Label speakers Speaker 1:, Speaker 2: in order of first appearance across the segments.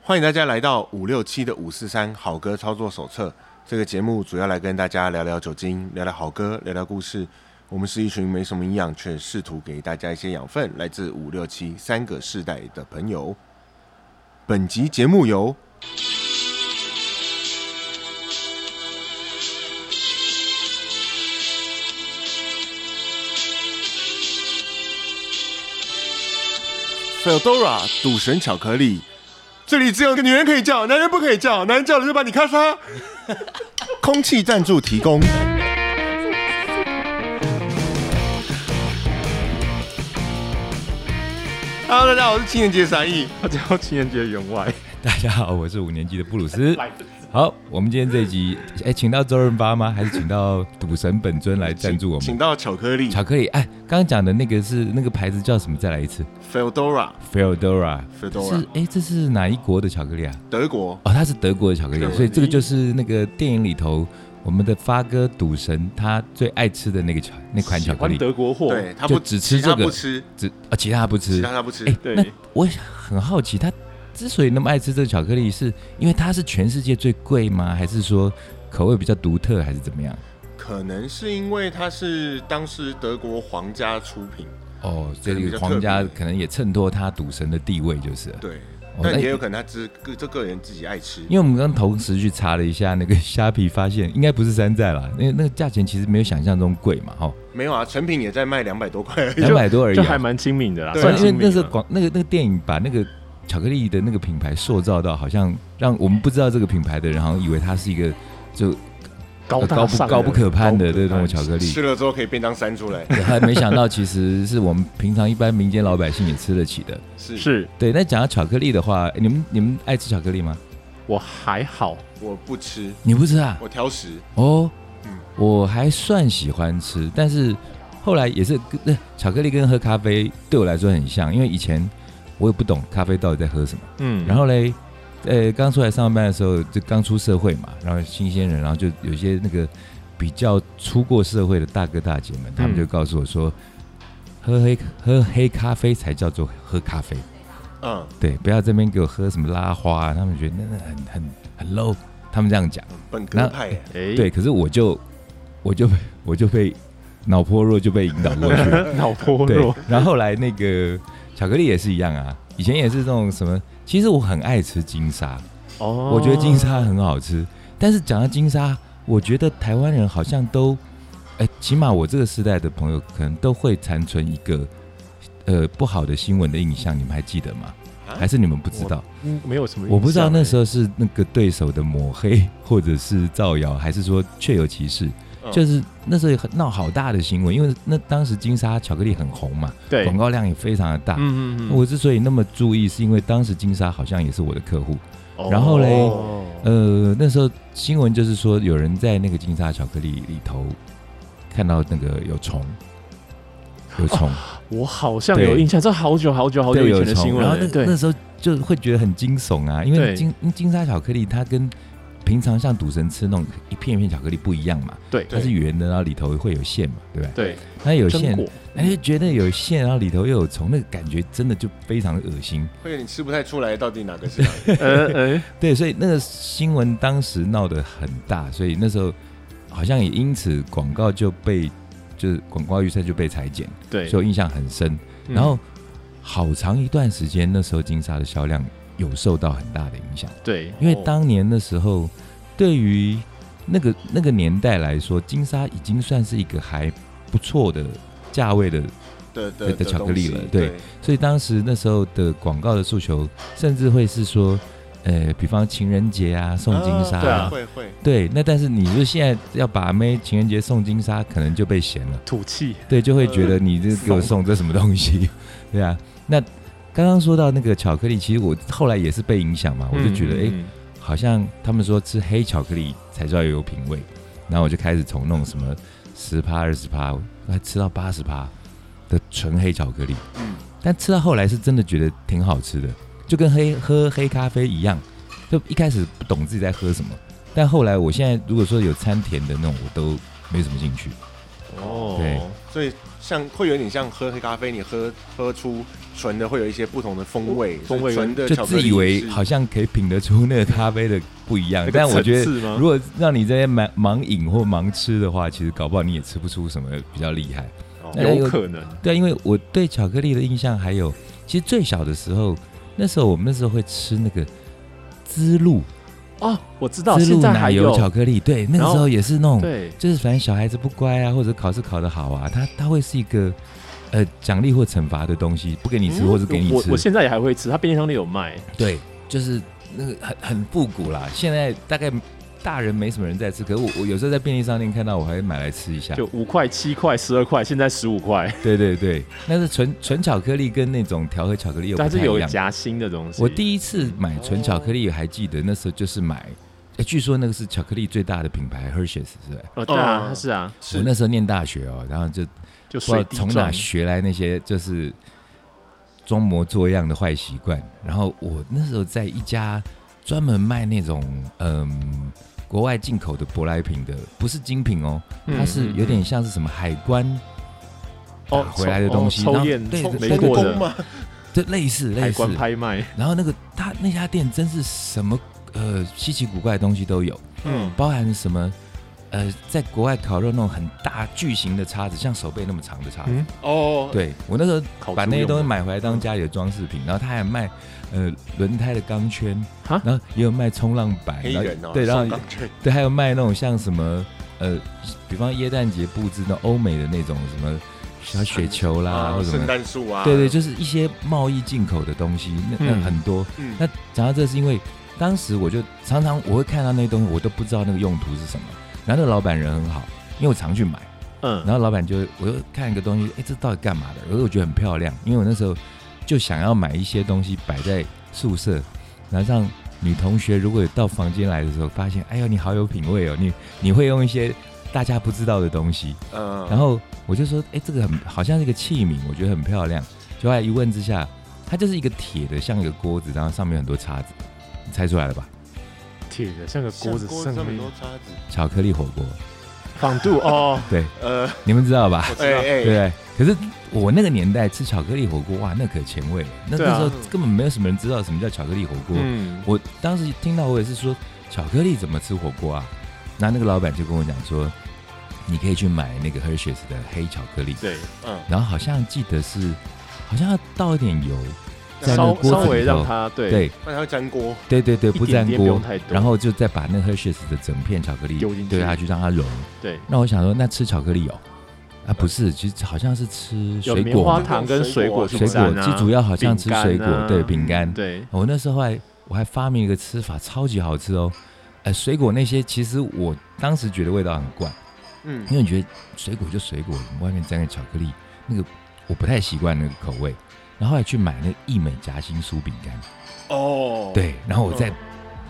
Speaker 1: 欢迎大家来到五六七的五四三好歌操作手册。这个节目主要来跟大家聊聊酒精，聊聊好歌，聊聊故事。我们是一群没什么营养，却试图给大家一些养分，来自五六七三个世代的朋友。本集节目由Feldora 赌神巧克力，这里只有女人可以叫，男人不可以叫，男人叫了就把你咔 嚓。空气赞助提供。Hello，大家好，我是青年节傻义。
Speaker 2: 他叫情人节员外，
Speaker 3: 大家好，我是五年级的布鲁斯。好，我们今天这一集，哎、请到周润发吗？还是请到赌神本尊来赞助我
Speaker 1: 请
Speaker 3: 们？
Speaker 1: 到巧克力
Speaker 3: 巧克力，哎，刚刚讲的那个是那个牌子叫什么？再来一次
Speaker 1: Feldora
Speaker 3: ，Feldora。是
Speaker 1: Feldora
Speaker 3: 哎，这是哪一国的巧克力啊？
Speaker 1: 德国
Speaker 3: 哦，它是德国的巧克力
Speaker 1: 对，
Speaker 3: 所以这个就是那个电影里头我们的发哥赌神他最爱吃的那个巧那款巧克力
Speaker 2: 喜欢，德国货，
Speaker 1: 对他
Speaker 3: 就
Speaker 1: 不
Speaker 3: 只吃
Speaker 1: 其他
Speaker 3: 这个
Speaker 1: 不吃，
Speaker 3: 只啊其他他不吃
Speaker 1: 其。他他不吃
Speaker 3: 哎。，
Speaker 2: 对
Speaker 3: 那我很好奇，他之所以那么爱吃这个巧克力，是因为它是全世界最贵吗？还是说口味比较独特，还是怎么样？
Speaker 1: 可能是因为它是当时德国皇家出品，
Speaker 3: 哦，
Speaker 1: 可
Speaker 3: 这
Speaker 1: 能比较
Speaker 3: 个
Speaker 1: 特
Speaker 3: 皇
Speaker 1: 别
Speaker 3: 家可能也衬托他赌神的地位，就是了。
Speaker 1: 对，
Speaker 3: 哦
Speaker 1: 但
Speaker 3: 那
Speaker 1: 也有可能他只个这个人自己爱吃。
Speaker 3: 因为我们刚同时去查了一下那个虾皮，发现应该不是山寨啦，那那个价钱其实没有想象中贵嘛， 哈，
Speaker 1: 没有啊，成品也在卖两百多块而已。
Speaker 3: 两百多而已、
Speaker 2: 就还
Speaker 3: 啊。
Speaker 2: 蛮亲民的啦，
Speaker 1: 对
Speaker 2: 算
Speaker 3: 因为
Speaker 2: 亲民
Speaker 3: 那时
Speaker 2: 了
Speaker 3: 候广那个那个电影把那个巧克力的那个品牌塑造到，好像让我们不知道这个品牌的人，好像以为它是一个就
Speaker 2: 高大
Speaker 3: 高不
Speaker 2: 上的
Speaker 3: 高不可攀的
Speaker 2: 高不
Speaker 3: 这
Speaker 2: 可
Speaker 3: 种
Speaker 2: 攀
Speaker 3: 巧克力
Speaker 1: 吃。了之后可以便当三出 来。
Speaker 3: 对还没想到，其实是我们平常一般民间老百姓也吃得起的。
Speaker 1: 是，
Speaker 2: 是
Speaker 3: 对，那讲到巧克力的话，诶你们你们爱吃巧克力吗？
Speaker 2: 我还好，
Speaker 1: 我不吃，
Speaker 3: 你不吃啊？
Speaker 1: 我挑食。
Speaker 3: 哦
Speaker 1: 嗯，
Speaker 3: 我还算喜欢吃，但是后来也是跟、呃巧克力跟喝咖啡对我来说很像，因为以前我也不懂咖啡到底在喝什么。
Speaker 2: 嗯
Speaker 3: 然后嘞，呃，刚出来上班的时候就刚出社会嘛，然后新鲜人，然后就有些那个比较出过社会的大哥大姐们，他们
Speaker 2: 嗯
Speaker 3: 就告诉我说，喝黑喝黑咖啡才叫做喝咖啡，
Speaker 1: 嗯，
Speaker 3: 对，不要这边给我喝什么拉花、啊，他们觉得那那很很很 low，他们这样讲。
Speaker 1: 本格派耶。
Speaker 2: 哎，
Speaker 3: 对，，可是我就我就被我就被脑波弱就被引导过去。
Speaker 2: 脑波
Speaker 3: 对
Speaker 2: 弱，，
Speaker 3: 然后后来那个巧克力也是一样啊，以前也是这种什么，其实我很爱吃金沙，
Speaker 2: 哦
Speaker 3: 我觉得金沙很好吃。但是讲到金沙，我觉得台湾人好像都，哎、起码我这个时代的朋友可能都会残存一个。呃，不好的新闻的印象，你们还记得吗？
Speaker 1: 啊
Speaker 3: 还是你们不知道？
Speaker 2: 嗯没有什么，
Speaker 3: 我不知道那时
Speaker 2: 候，
Speaker 3: 候是那个对手的抹黑， 或者是造谣，还是说确有其事？
Speaker 1: 嗯
Speaker 3: 就是那时候也很闹好大的新闻，因为那当时金沙巧克力很红嘛，
Speaker 2: 对，
Speaker 3: 广告量也非常的大。
Speaker 2: 嗯嗯
Speaker 3: 我之所以那么注意，是因为当时金沙好像也是我的客户。
Speaker 2: 哦
Speaker 3: 然后嘞
Speaker 2: 呃，
Speaker 3: 呃，那时候新闻就是说有人在那个金沙巧克力里头看到那个有虫，有虫，
Speaker 2: 我好像
Speaker 3: 对
Speaker 2: 有印象，这好久好哦久好久
Speaker 3: 对，
Speaker 2: 以
Speaker 3: 有
Speaker 2: 前的新
Speaker 3: 虫。
Speaker 2: 闻
Speaker 3: 然后
Speaker 2: 了，
Speaker 3: 那
Speaker 2: 对
Speaker 3: 那，时候就会觉得很惊悚啊，因
Speaker 2: 对
Speaker 3: 为金金沙巧克力它跟平常像赌神吃那种一片一片巧克力不一样嘛，
Speaker 2: 对
Speaker 3: 它是圆的，然后里头会有馅嘛，对不对？
Speaker 2: 对，
Speaker 3: 它有
Speaker 2: 榛
Speaker 3: 馅，
Speaker 2: 果，
Speaker 3: 哎，就觉得有馅，然后里头又有虫，那个感觉真的就非常恶心。
Speaker 1: 会有点吃不太出来到底哪个是哪个。
Speaker 2: 呃呃，
Speaker 3: 对，所以那个新闻当时闹得很大，所以那时候好像也因此广告就被就是广告预算就被裁减，
Speaker 2: 对，
Speaker 3: 所以我印象很深。
Speaker 2: 嗯
Speaker 3: 然后好长一段时间，那时候金沙的销量有受到很大的影响，
Speaker 2: 对，
Speaker 3: 因为
Speaker 1: 哦
Speaker 3: 当年的时候，对于那个那个年代来说，金沙已经算是一个还不错的价位的
Speaker 1: 的
Speaker 3: 的巧克力了
Speaker 1: 东西
Speaker 3: 对所以当时那时候的广告的诉求，甚至会是说，呃，比方情人节啊送金沙、
Speaker 1: 啊对
Speaker 2: 啊
Speaker 1: 会会。
Speaker 3: 对那但是你就现在要把妹情人节送金沙，可能就被嫌了，
Speaker 2: 土气，
Speaker 3: 对，就会觉得你这给我送这什么东 西，对啊。那刚刚说到那个巧克力，其实我后来也是被影响嘛，我就觉得，哎、
Speaker 2: 嗯，嗯
Speaker 3: 好像他们说吃黑巧克力才叫有品味，然后我就开始从那种什么十趴、二十趴，还吃到八十趴的纯黑巧克力。
Speaker 1: 嗯，
Speaker 3: 但吃到后来是真的觉得挺好吃的，就跟黑喝黑咖啡一样，就一开始不懂自己在喝什么，但后来我现在如果说有掺甜的那种，我都没什么兴趣。
Speaker 2: 哦，
Speaker 3: 对
Speaker 1: 所以像会有点像喝黑咖啡，你喝喝出纯的会有一些不同的风味，
Speaker 2: 风
Speaker 1: 所
Speaker 2: 味
Speaker 1: 以纯的
Speaker 3: 哦就
Speaker 1: 巧克
Speaker 3: 自
Speaker 1: 力
Speaker 3: 以为
Speaker 1: 是
Speaker 3: 好像可以品得出那个咖啡 的不一样
Speaker 2: 那，个
Speaker 3: 但我觉
Speaker 2: 层
Speaker 3: 得
Speaker 2: 次吗
Speaker 3: 如果让你这些盲盲饮或盲吃的话，其实搞不好你也吃不出什么比较厉害。
Speaker 1: 哦
Speaker 3: 那
Speaker 2: 有
Speaker 3: 个
Speaker 2: 可能
Speaker 3: 对啊，因为我对巧克力的印象还有，其实最小的时候，那时候我们那时候会吃那个滋露，
Speaker 2: 哦，我知道，
Speaker 3: 滋
Speaker 2: 现
Speaker 3: 露
Speaker 2: 在还
Speaker 3: 奶油
Speaker 2: 有
Speaker 3: 巧克力，对，那个
Speaker 2: 然后
Speaker 3: 时候也是那种，
Speaker 2: 对，
Speaker 3: 就是反正小孩子不乖啊，或者考试考得好啊，他他会是一个呃奖励或惩罚的东西，不给你吃
Speaker 1: 嗯
Speaker 3: 或者给你
Speaker 2: 我
Speaker 3: 吃，
Speaker 2: 我现在也还会吃，它便利商店有卖，
Speaker 3: 对，就是那个很很复古啦。现在大概大人没什么人在吃，可是我我有时候在便利商店看到，我还会买来吃一下。
Speaker 2: 就五块、七块、十二块，现在十五块，
Speaker 3: 对对对，那是纯纯巧克力跟那种调和巧克力又不
Speaker 2: 它啊是
Speaker 3: 太一
Speaker 2: 有哦
Speaker 3: 样。
Speaker 2: 夹心的东西。
Speaker 3: 我第一次买纯巧克力，还记得那时候就是买，诶据说那个是巧克力最大的品牌 Hershey's，是吧？
Speaker 2: 哦，对啊，
Speaker 1: 哦
Speaker 2: 它是啊，
Speaker 1: 是
Speaker 3: 我那时候念大学哦，然后就不
Speaker 2: 就
Speaker 3: 知道
Speaker 2: 水滴
Speaker 3: 从哪
Speaker 2: 状
Speaker 3: 学来那些就是装模作样的坏习惯。然后我那时候在一家专门卖那种嗯国外进口的舶来品的，不是精品哦，
Speaker 2: 嗯
Speaker 3: 它是有点像是什么海关打
Speaker 2: 哦
Speaker 3: 回来的东西，
Speaker 2: 抽
Speaker 3: 然
Speaker 2: 抽
Speaker 3: 后
Speaker 2: 验
Speaker 3: 对
Speaker 2: 抽
Speaker 3: 对
Speaker 2: 没
Speaker 3: 对
Speaker 2: 过
Speaker 1: 工
Speaker 2: 的
Speaker 1: 吗？
Speaker 3: 对类似类
Speaker 2: 海
Speaker 3: 似
Speaker 2: 关。拍 卖，
Speaker 3: 然后那个他那家店真是什么呃稀奇古怪的东西都有，
Speaker 1: 嗯，
Speaker 3: 包含什么。呃，在国外烤肉那种很大巨型的叉子，像手背那么长的叉子，
Speaker 2: 嗯
Speaker 1: 哦，，
Speaker 3: 对我那时候
Speaker 2: 烤
Speaker 3: 把
Speaker 2: 猪
Speaker 3: 那些
Speaker 2: 用
Speaker 3: 东西
Speaker 2: 的
Speaker 3: 买回来当家里的装饰品，然后他还卖呃轮胎的钢圈，
Speaker 2: 哈
Speaker 3: 然后也有卖冲浪板，
Speaker 1: 黑
Speaker 3: 然后
Speaker 1: 人哦，
Speaker 3: 对，然后
Speaker 1: 上对
Speaker 3: 对还有卖那种像什么呃，比方耶诞节布置的欧美的那种什么小雪球 啦
Speaker 1: 啊
Speaker 3: 或什
Speaker 1: 圣
Speaker 3: 么，
Speaker 1: 诞树啊，
Speaker 3: 对对，就是一些贸易进口的东西，那那
Speaker 2: 嗯
Speaker 3: 很多。
Speaker 1: 嗯
Speaker 3: 那讲到这是因为当时我就常常我会看到那些东西，我都不知道那个用途是什么，然后那个老板人很好，因为我常去买。
Speaker 2: 嗯，
Speaker 3: 然后老板就我又看一个东西，哎，这到底干嘛的？而我觉得很漂亮，因为我那时候就想要买一些东西摆在宿舍，然后让女同学如果有到房间来的时候，发现，哎呦，你好有品味哦，你你会用一些大家不知道的东西。
Speaker 1: 嗯，
Speaker 3: 然后我就说，哎，这个很好像是一个器皿，我觉得很漂亮。就后来一问之下，它就是一个铁的，像一个锅子，然后上面有很多叉子，你猜出来了吧？
Speaker 2: 铁的像个
Speaker 1: 像
Speaker 2: 锅子
Speaker 1: 锅
Speaker 2: 上
Speaker 1: 上面
Speaker 2: 面
Speaker 1: 都叉子，
Speaker 3: 巧克力火锅，
Speaker 2: 仿 度哦，
Speaker 3: 对，
Speaker 1: 呃，
Speaker 3: 你们知道吧？
Speaker 1: 我知
Speaker 2: 哎
Speaker 1: 道，
Speaker 3: 对
Speaker 1: 哎，
Speaker 3: 可是我那个年代吃巧克力火锅，哇，那可前卫了。那
Speaker 2: 对
Speaker 3: 那
Speaker 2: 啊
Speaker 3: 时候根本没有什么人知道什么叫巧克力火锅。
Speaker 2: 嗯，
Speaker 3: 我当时听到我也是说，巧克力怎么吃火锅啊？那那个老板就跟我讲说，你可以去买那个 Hershey's 的黑巧克力，
Speaker 2: 对，
Speaker 1: 嗯，
Speaker 3: 然后好像记得是，好像要倒一点油，在那个
Speaker 2: 稍
Speaker 3: 啊锅子里
Speaker 2: 稍
Speaker 3: 头
Speaker 2: 微让它对
Speaker 3: 对
Speaker 1: 那它会粘锅，
Speaker 3: 对对对，
Speaker 2: 一
Speaker 3: 不
Speaker 2: 点
Speaker 3: 粘
Speaker 2: 点不
Speaker 3: 锅
Speaker 2: 用，太多，
Speaker 3: 然后就再把那个 Hershey's 的整片巧克力
Speaker 2: 丢进去
Speaker 3: 丢下去让它融。
Speaker 2: 对，
Speaker 3: 那我想说，那吃巧克力哦，啊不是，其实好像是吃
Speaker 2: 有
Speaker 3: 水
Speaker 2: 棉
Speaker 3: 果
Speaker 2: 花
Speaker 3: 嘛。
Speaker 2: 糖跟水果去
Speaker 3: 水果
Speaker 2: 沾啊，
Speaker 3: 其实主要好像吃水
Speaker 2: 饼
Speaker 3: 果，
Speaker 2: 干啊
Speaker 3: 对饼干。
Speaker 2: 对，
Speaker 3: 我那时候还我还发明一个吃法，超级好吃哦。呃，水果那些其实我当时觉得味道很怪，
Speaker 1: 嗯
Speaker 3: 因为你觉得水果就水果，外面沾个巧克力，那个我不太习惯那个口味。然后后来去买那个益美夹心酥饼干，
Speaker 1: 哦，，
Speaker 3: 对，然后我再
Speaker 1: 嗯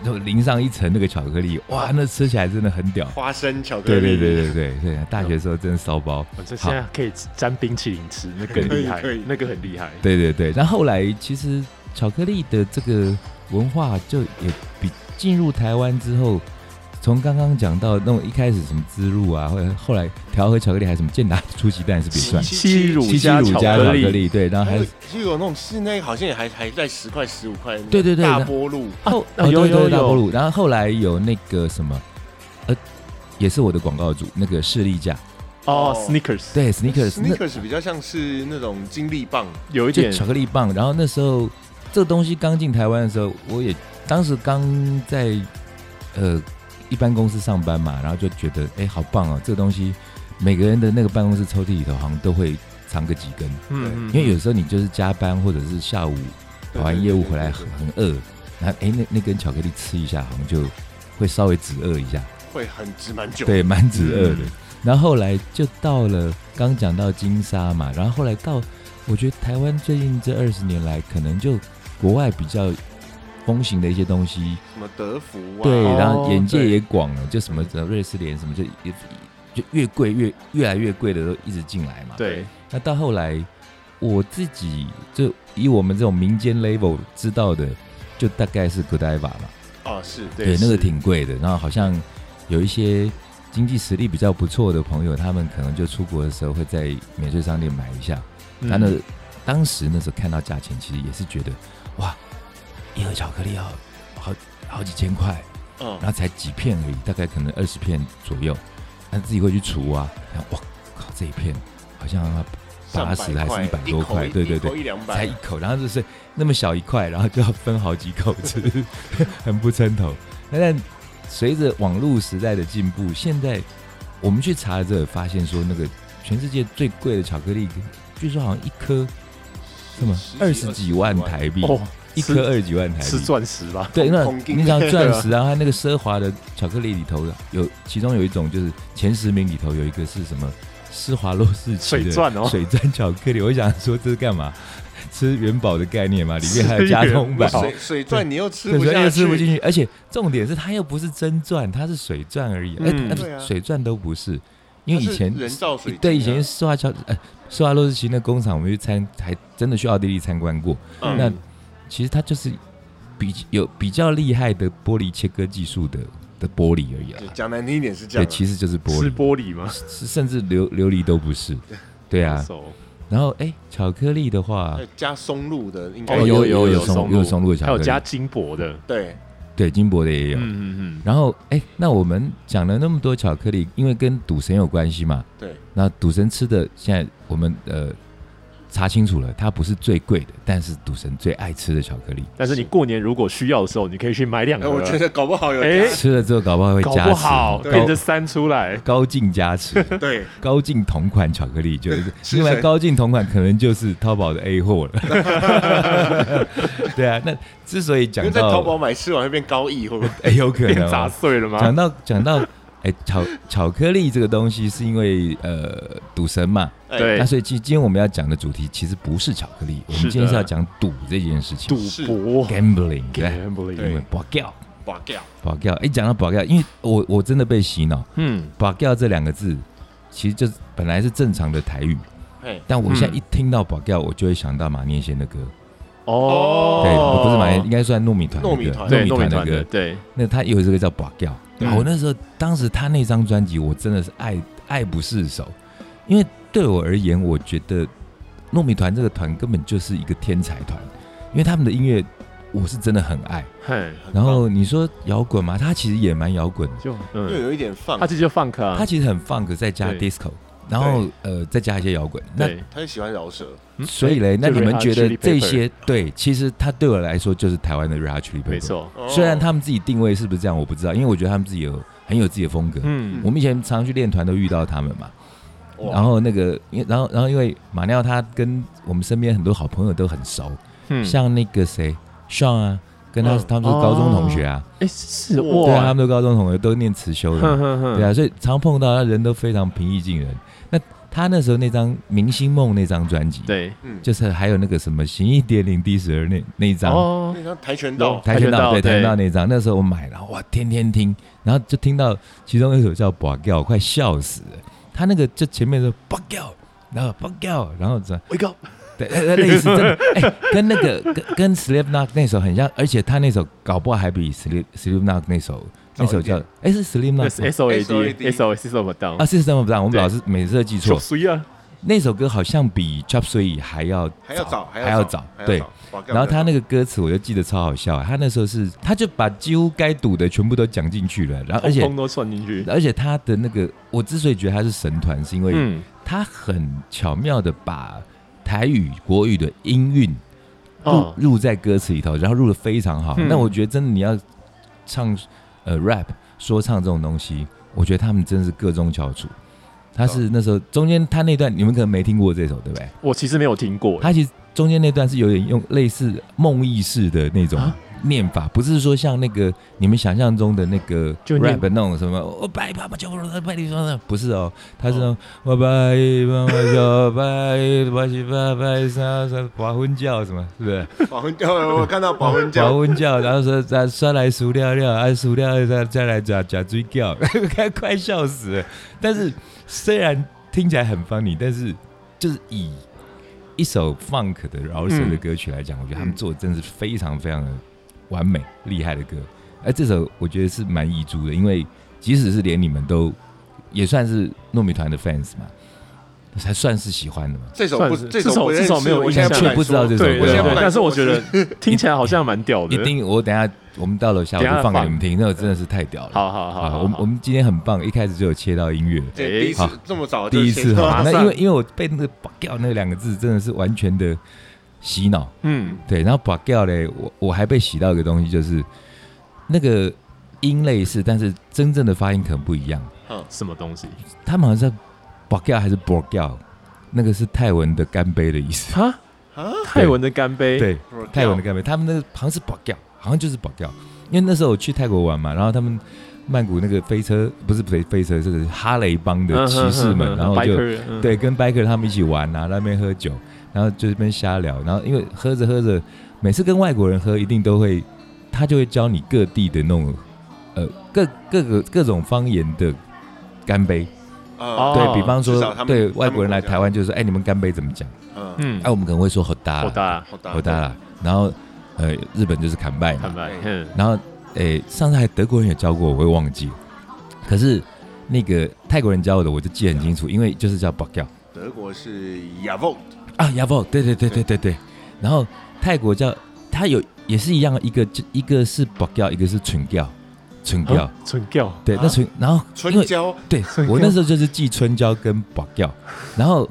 Speaker 3: 就淋上一层那个巧克力，哇，那吃起来真的很屌。
Speaker 1: 花生巧克
Speaker 3: 对
Speaker 1: 力，
Speaker 3: 对对对对对，大学时候真的骚包。
Speaker 2: 我哦这现在可以沾冰淇淋吃，那更
Speaker 3: 可
Speaker 1: 以
Speaker 2: 厉害
Speaker 1: 可以，
Speaker 2: 那个很厉害，
Speaker 3: 对对对，但后来其实巧克力的这个文化就也比进入台湾之后，从刚刚讲到那种一开始什么滋露啊，或者后来调和巧克力，还有什么健达出奇蛋是不是也 算？
Speaker 1: 七
Speaker 2: 西乳
Speaker 3: 七七
Speaker 2: 加
Speaker 3: 乳
Speaker 2: 巧
Speaker 3: 加巧
Speaker 2: 克
Speaker 3: 克
Speaker 2: 力，哎
Speaker 3: 力，对，然后
Speaker 1: 还有
Speaker 3: 还有
Speaker 1: 哦其实有那种室内好像也还还在十块十五块，
Speaker 3: 对对对
Speaker 1: 大
Speaker 3: 那
Speaker 1: 波路，
Speaker 2: 啊
Speaker 3: 后
Speaker 2: 啊有
Speaker 3: 对
Speaker 2: 有
Speaker 3: 哦对大
Speaker 2: 有
Speaker 3: 波鲁，然后后来有那个什么，呃，也是我的广告主那个士力架，
Speaker 2: 哦
Speaker 1: 哦
Speaker 2: ，Snickers，
Speaker 3: 对 sneakers 那
Speaker 1: Snickers 比较像是那种精力棒，
Speaker 2: 有一
Speaker 3: 就
Speaker 2: 点
Speaker 3: 巧克力棒，然后那时候这个东西刚进台湾的时候，我也当时刚在呃一般公司上班嘛，然后就觉得哎、好棒哦，这个东西每个人的那个办公室抽屉里头好像都会藏个几根，
Speaker 2: 嗯，嗯
Speaker 3: 因为有时候你就是加班或者是下午跑完业务回来很很饿，然后哎、那那根巧克力吃一下，好像就会稍微止饿一下，
Speaker 1: 会很值蛮久，
Speaker 3: 对，蛮止饿的
Speaker 2: 嗯。
Speaker 3: 然后后来就到了刚讲到金沙嘛，然后后来到，我觉得台湾最近这二十年来，可能就国外比较风行的一些东西，
Speaker 1: 什么德芙啊，
Speaker 3: 对，
Speaker 2: 哦
Speaker 3: 然后眼界
Speaker 2: 对
Speaker 3: 也广了，就什么呃瑞士莲什么就也就越贵越越来越贵的都一直进来嘛。，
Speaker 2: 对，
Speaker 3: 那到后来我自己就以我们这种民间 level 知道的，就大概是 Godiva 嘛。
Speaker 1: 哦是，
Speaker 2: 对
Speaker 3: 对，那个
Speaker 2: 是
Speaker 3: 挺贵的。然后好像有一些经济实力比较不错的朋友，他们可能就出国的时候会在免税商店买一下。
Speaker 2: 嗯
Speaker 3: 他呢，当时那时候看到价钱，其实也是觉得哇，一盒巧克力要好好几千块，
Speaker 2: 嗯
Speaker 1: 哦
Speaker 3: 然后才几片而已，大概可能二十片左右，他自己会去除啊，然后哇靠，这一片好像要八十还是一百多块，对对对，
Speaker 1: 一两
Speaker 3: 才一口，然后就是那么小一块，然后就要分好几口吃， 很不称头。那但随着网络时代的进步，现在我们去查了之后，发现说那个全世界最贵的巧克力，据说好像一颗什么二十几万台币，
Speaker 2: 哦，
Speaker 3: 一
Speaker 2: 吃
Speaker 3: 颗二十几万台
Speaker 2: 吃
Speaker 3: 币。
Speaker 2: 钻石吧，
Speaker 3: 对，那
Speaker 1: 铜锭
Speaker 3: 你想钻石啊，它那个奢华的巧克力里头有，其中有一种就是前十名里头有一个是什么施华洛世奇的
Speaker 2: 水钻哦
Speaker 3: 水钻巧克力。我想说这是干嘛？吃元宝的概念嘛，里面还有加通版
Speaker 2: 吃元，宝
Speaker 1: 水水钻你又吃
Speaker 3: 对，
Speaker 1: 不
Speaker 3: 所以
Speaker 1: 下
Speaker 3: 又
Speaker 1: 去，
Speaker 3: 吃不进去。而且重点是它又不是真钻，它是水钻而已。哎、
Speaker 2: 嗯
Speaker 3: 那
Speaker 1: 对啊
Speaker 3: 水钻都不是，因为以前
Speaker 1: 它是人造水晶啊
Speaker 3: 对以前施华乔呃施华洛世奇那工厂，我们去参还真的去奥地利参观过。
Speaker 1: 嗯
Speaker 3: 那其实它就是比有比较厉害的玻璃切割技术的的玻璃而已
Speaker 1: 对
Speaker 3: 啦。
Speaker 1: 讲难听一点是这样
Speaker 3: 对，
Speaker 1: 啊，
Speaker 3: 其实就是玻
Speaker 2: 吃
Speaker 3: 璃，
Speaker 2: 玻璃吗？
Speaker 3: 是甚至琉琉璃都不是。对 啊，
Speaker 2: 手
Speaker 3: 然后哎，巧克力的话，
Speaker 1: 对加松露的应
Speaker 2: 哦
Speaker 1: 该
Speaker 2: 有有有松
Speaker 3: 松
Speaker 2: 露
Speaker 3: 有松露的巧
Speaker 2: 还
Speaker 3: 克
Speaker 2: 有
Speaker 3: 力，
Speaker 2: 加金箔的，
Speaker 1: 对，
Speaker 3: 对金箔的也有。
Speaker 2: 嗯嗯
Speaker 3: 然后，哎，那我们讲了那么多巧克力，因为跟赌神有关系嘛。
Speaker 1: 对。
Speaker 3: 那赌神吃的，现在我们呃查清楚了，它不是最贵的，但是赌神最爱吃的巧克力，
Speaker 2: 但是你过年如果需要的时候，你可以去买两
Speaker 1: 哎，
Speaker 2: 个，
Speaker 1: 我觉得搞不好有
Speaker 2: 哎
Speaker 1: 加
Speaker 3: 吃了之后搞不好会
Speaker 2: 搞
Speaker 3: 加
Speaker 2: 不
Speaker 3: 持，
Speaker 2: 好
Speaker 1: 对
Speaker 2: 变成三出来，
Speaker 3: 高进加持，
Speaker 1: 对，
Speaker 3: 高进同款巧克力就是，
Speaker 1: 吃
Speaker 3: 另外
Speaker 1: 神
Speaker 3: 高进同款可能就是淘宝的 A 货了。对啊，那之所以
Speaker 1: 因
Speaker 3: 讲
Speaker 1: 为在淘宝
Speaker 3: 到，
Speaker 1: 买吃完会变高义，会不会？
Speaker 3: 哎，有可
Speaker 2: 变
Speaker 3: 能、
Speaker 2: 砸
Speaker 3: 哦。
Speaker 2: 碎了
Speaker 3: 讲
Speaker 2: 吗？
Speaker 3: 到讲到，哎，巧巧克力这个东西是因为呃赌神嘛，
Speaker 1: 哎
Speaker 2: 对
Speaker 3: 那所以今今天我们要讲的主题其实不是巧克力，我们今天是要讲赌这件事情，
Speaker 2: 赌
Speaker 1: 是
Speaker 2: 博
Speaker 3: gambling
Speaker 1: 对
Speaker 3: 对，因为
Speaker 2: gambling，
Speaker 3: 保掉
Speaker 1: 拔掉，
Speaker 3: 保掉，哎，讲到保掉，因为我我真的被洗脑，
Speaker 2: 嗯，
Speaker 3: 保掉这两个字其实就是本来是正常的台语，
Speaker 1: 嘿，
Speaker 3: 但我现在
Speaker 2: 嗯
Speaker 3: 一听到保掉，我就会想到马念先的歌，
Speaker 2: 哦，
Speaker 3: 对，我不是马念，应该算糯米团的歌
Speaker 1: 糯米团
Speaker 2: 对糯
Speaker 3: 米
Speaker 2: 米
Speaker 3: 团的
Speaker 2: 团的，
Speaker 3: 歌，
Speaker 2: 对，
Speaker 3: 那他有这个叫保掉，
Speaker 2: 嗯
Speaker 3: 我那时候当时他那张专辑我真的是爱爱不释手，因为对我而言，我觉得糯米团这个团根本就是一个天才团，因为他们的音乐我是真的很爱。
Speaker 2: 嘿，
Speaker 1: 很棒
Speaker 3: 然后你说摇滚嘛，他其实也蛮摇滚的，
Speaker 2: 就
Speaker 1: 又
Speaker 2: 嗯，
Speaker 1: 有一点放
Speaker 2: 他，其实就 funk 啊，
Speaker 3: 他其实很 funk 再加
Speaker 2: 对
Speaker 3: disco，然后呃再加一些摇滚。那
Speaker 2: 对，
Speaker 1: 他喜欢饶舌，
Speaker 2: 嗯
Speaker 3: 所以嘞，
Speaker 2: 哎
Speaker 3: 那
Speaker 2: 就
Speaker 3: 你们
Speaker 2: Red Hot
Speaker 3: 觉得
Speaker 2: Chili
Speaker 3: 这
Speaker 2: Pepper
Speaker 3: 些对，其实他对我来说就是台湾的 Red Hot Chili Peppers
Speaker 2: 没。错，
Speaker 1: 哦
Speaker 3: 虽然他们自己定位是不是这样，我不知道，因为我觉得他们自己有很有自己的风格。
Speaker 2: 嗯
Speaker 3: 我们以前常去练团都遇到他们嘛，
Speaker 1: 哦哇
Speaker 3: 然后那个，因为然后然后因为马尿他跟我们身边很多好朋友都很熟，
Speaker 2: 嗯，
Speaker 3: 像那个谁 Sean 啊，跟他、
Speaker 1: 嗯
Speaker 3: 他们都是高中同学啊，
Speaker 2: 哎是
Speaker 1: 哦
Speaker 3: 对啊，
Speaker 2: 哇
Speaker 3: 他，们都高中同学，都念慈 修
Speaker 2: 哼
Speaker 3: 的，
Speaker 2: 哼哼，
Speaker 3: 对啊，所以常碰到他人都非常平易近人。那他那时候那张《明星梦》那张专辑，，
Speaker 2: 对，
Speaker 1: 嗯，
Speaker 3: 就是还有那个什么《行一点零第十二》那那一张，
Speaker 2: 哦，
Speaker 1: 那张跆拳道，
Speaker 3: 跆拳道对
Speaker 2: 跆拳道对
Speaker 3: 跆拳道那张，那时候我买了，哇，天天听，然后就听到其中一首叫《拔掉》，我快笑死了。他那个就前面说“拔掉”，然后“拔掉”，然后这
Speaker 2: 我一个，
Speaker 3: 对呃类似真的， 哎、跟那个跟跟 Slipknot 那首很像，而且他那首搞不好还比 Slip Slipknot 那首那首叫
Speaker 2: 哦
Speaker 1: 早一点
Speaker 3: 哎、是 Slipknot
Speaker 2: 那
Speaker 3: 吗
Speaker 2: 是 S O A D
Speaker 1: SOAD
Speaker 2: S O A 是什么档
Speaker 3: 啊？是什么不知道，我们
Speaker 2: 对
Speaker 3: 老是每次都记
Speaker 2: 手
Speaker 3: 错。
Speaker 2: 碎啊，
Speaker 3: 那首歌好像比 Chop Suey 还要
Speaker 1: 还要早，还
Speaker 3: 还要
Speaker 1: 早
Speaker 3: 早，
Speaker 1: 还要
Speaker 3: 对。
Speaker 1: 早，拔掉
Speaker 3: 然后他
Speaker 1: 的
Speaker 3: 那个歌词我就记得超好笑，他那时候是他就把几乎该赌的全部都讲进去了，然后而且
Speaker 2: 通通都算进去，
Speaker 3: 而且他的那个我之所以觉得他是神团，是因为
Speaker 2: 嗯，
Speaker 3: 他很巧妙的把台语国语的音韵入、
Speaker 2: 哦，
Speaker 3: 入在歌词里头，然后入的非常好。
Speaker 2: 嗯
Speaker 3: 那我觉得真的你要唱呃 rap 说唱这种东西，我觉得他们真是各中翘楚。他是那时候中间他那段你们可能没听过这首对不对？
Speaker 2: 我其实没有听过，
Speaker 3: 他其实中间那段是有点用类似梦意式的那种
Speaker 2: 啊
Speaker 3: 念法，不是说像那个你们想象中的那个
Speaker 2: 就念
Speaker 3: rap 那种什么我拜爸爸就拜你说的，不是哦，他是那种我拜爸爸就拜拜西拜拜啥啥华婚教什么，是不是？
Speaker 1: 保温胶，哦我看到保温
Speaker 2: 哦
Speaker 3: 华
Speaker 1: 胶，
Speaker 3: 婚教，然后说再再来熟料料，啊熟料料再再来假假追教，快 快笑死了。但是虽然听起来很 funny，但是就是以一首 funk 的饶舌的歌曲来讲，我觉得他们
Speaker 1: 嗯
Speaker 3: 做的真的是非常非常的完美厉害的歌。而这首我觉得是蛮遗珠的，因为即使是连你们都也算是糯米团的 fans 嘛，才算是喜欢的嘛。
Speaker 1: 这首
Speaker 2: 算
Speaker 1: 不，
Speaker 2: 是
Speaker 1: 这
Speaker 2: 这首
Speaker 1: 不认
Speaker 2: 这首没
Speaker 1: 识，
Speaker 2: 有
Speaker 1: 我
Speaker 2: 印
Speaker 1: 现在
Speaker 2: 象
Speaker 1: 不敢
Speaker 3: 不知道
Speaker 1: 说
Speaker 3: 这首
Speaker 2: 对
Speaker 1: 我现在
Speaker 2: 对
Speaker 1: 不
Speaker 2: 对，
Speaker 1: 敢
Speaker 2: 但是
Speaker 1: 说
Speaker 2: 我觉得听起来好像蛮屌的。
Speaker 3: 一定，我等一下我们到楼下我就
Speaker 2: 等一下
Speaker 3: 放给
Speaker 2: 放
Speaker 3: 你们听，那个真的是太屌了。
Speaker 2: 好好好好，哦
Speaker 3: 我们我们今天很棒，一开始就有切到音乐，
Speaker 1: 这第一
Speaker 3: 好
Speaker 1: 次这么早就
Speaker 3: 哎
Speaker 1: 啊
Speaker 3: 第一
Speaker 1: 切
Speaker 3: 次
Speaker 1: 到
Speaker 3: 哈。
Speaker 2: 马
Speaker 3: 那
Speaker 2: 上
Speaker 3: 因为因为我被那个“拔掉”那两个字真的是完全的洗脑，
Speaker 2: 嗯
Speaker 3: 对。然后“拔掉”嘞，我我还被洗到一个东西，就是那个音类似，但是真正的发音可能不一样。
Speaker 2: 什么东西
Speaker 3: 他们好像是“拔掉”还是“拔掉”，那个是泰文的干杯的意思。
Speaker 2: 啊？
Speaker 1: 啊，
Speaker 2: 泰文的干杯，，
Speaker 3: 对，
Speaker 1: Rotel
Speaker 3: 泰文的干杯，他们那个好像是保钓，好像就是保钓。因为那时候我去泰国玩嘛，然后他们曼谷那个飞车不是飞飞车，这个哈雷帮
Speaker 2: 어,
Speaker 3: 的骑士们，然后就对跟 biker 他们一起玩啊，那边喝酒，然后就这边瞎聊，然后因为喝着喝着，每次跟外国人喝一定都会，他就会教你各地的那种呃各各个各种方言的干杯，
Speaker 1: 啊
Speaker 2: 哦
Speaker 3: 对比方
Speaker 1: 至
Speaker 3: 说
Speaker 1: 少他们
Speaker 3: 对
Speaker 1: 他们
Speaker 3: 外国人来
Speaker 1: 国家
Speaker 3: 台湾就说，哎、你们干杯怎么讲？
Speaker 1: 嗯，
Speaker 2: 嗯
Speaker 3: 哎、，我们可能会说喝大
Speaker 2: 好大，
Speaker 1: 好大
Speaker 3: 好大啦，然后呃，日本就是砍拜嘛
Speaker 2: 坦，白，嗯，
Speaker 3: 然后诶、上次还德国人也教过我，我会忘记。可是那个泰国人教我的，我就记得很清楚，因为就是叫 b a k a
Speaker 1: 德国是 Yavot，
Speaker 3: 啊 y a v o 对对对对对对。然后泰国叫它有也是一样，一个一个是 b a k a 一个是唇调，唇调。
Speaker 2: 纯掉，
Speaker 3: 对，那
Speaker 1: 啊
Speaker 3: 唇，然后因
Speaker 1: 春
Speaker 3: 为
Speaker 1: 娇
Speaker 3: 对
Speaker 2: 春
Speaker 3: 我
Speaker 2: 娇
Speaker 3: 那时候就是记春娇跟 b a k a 然后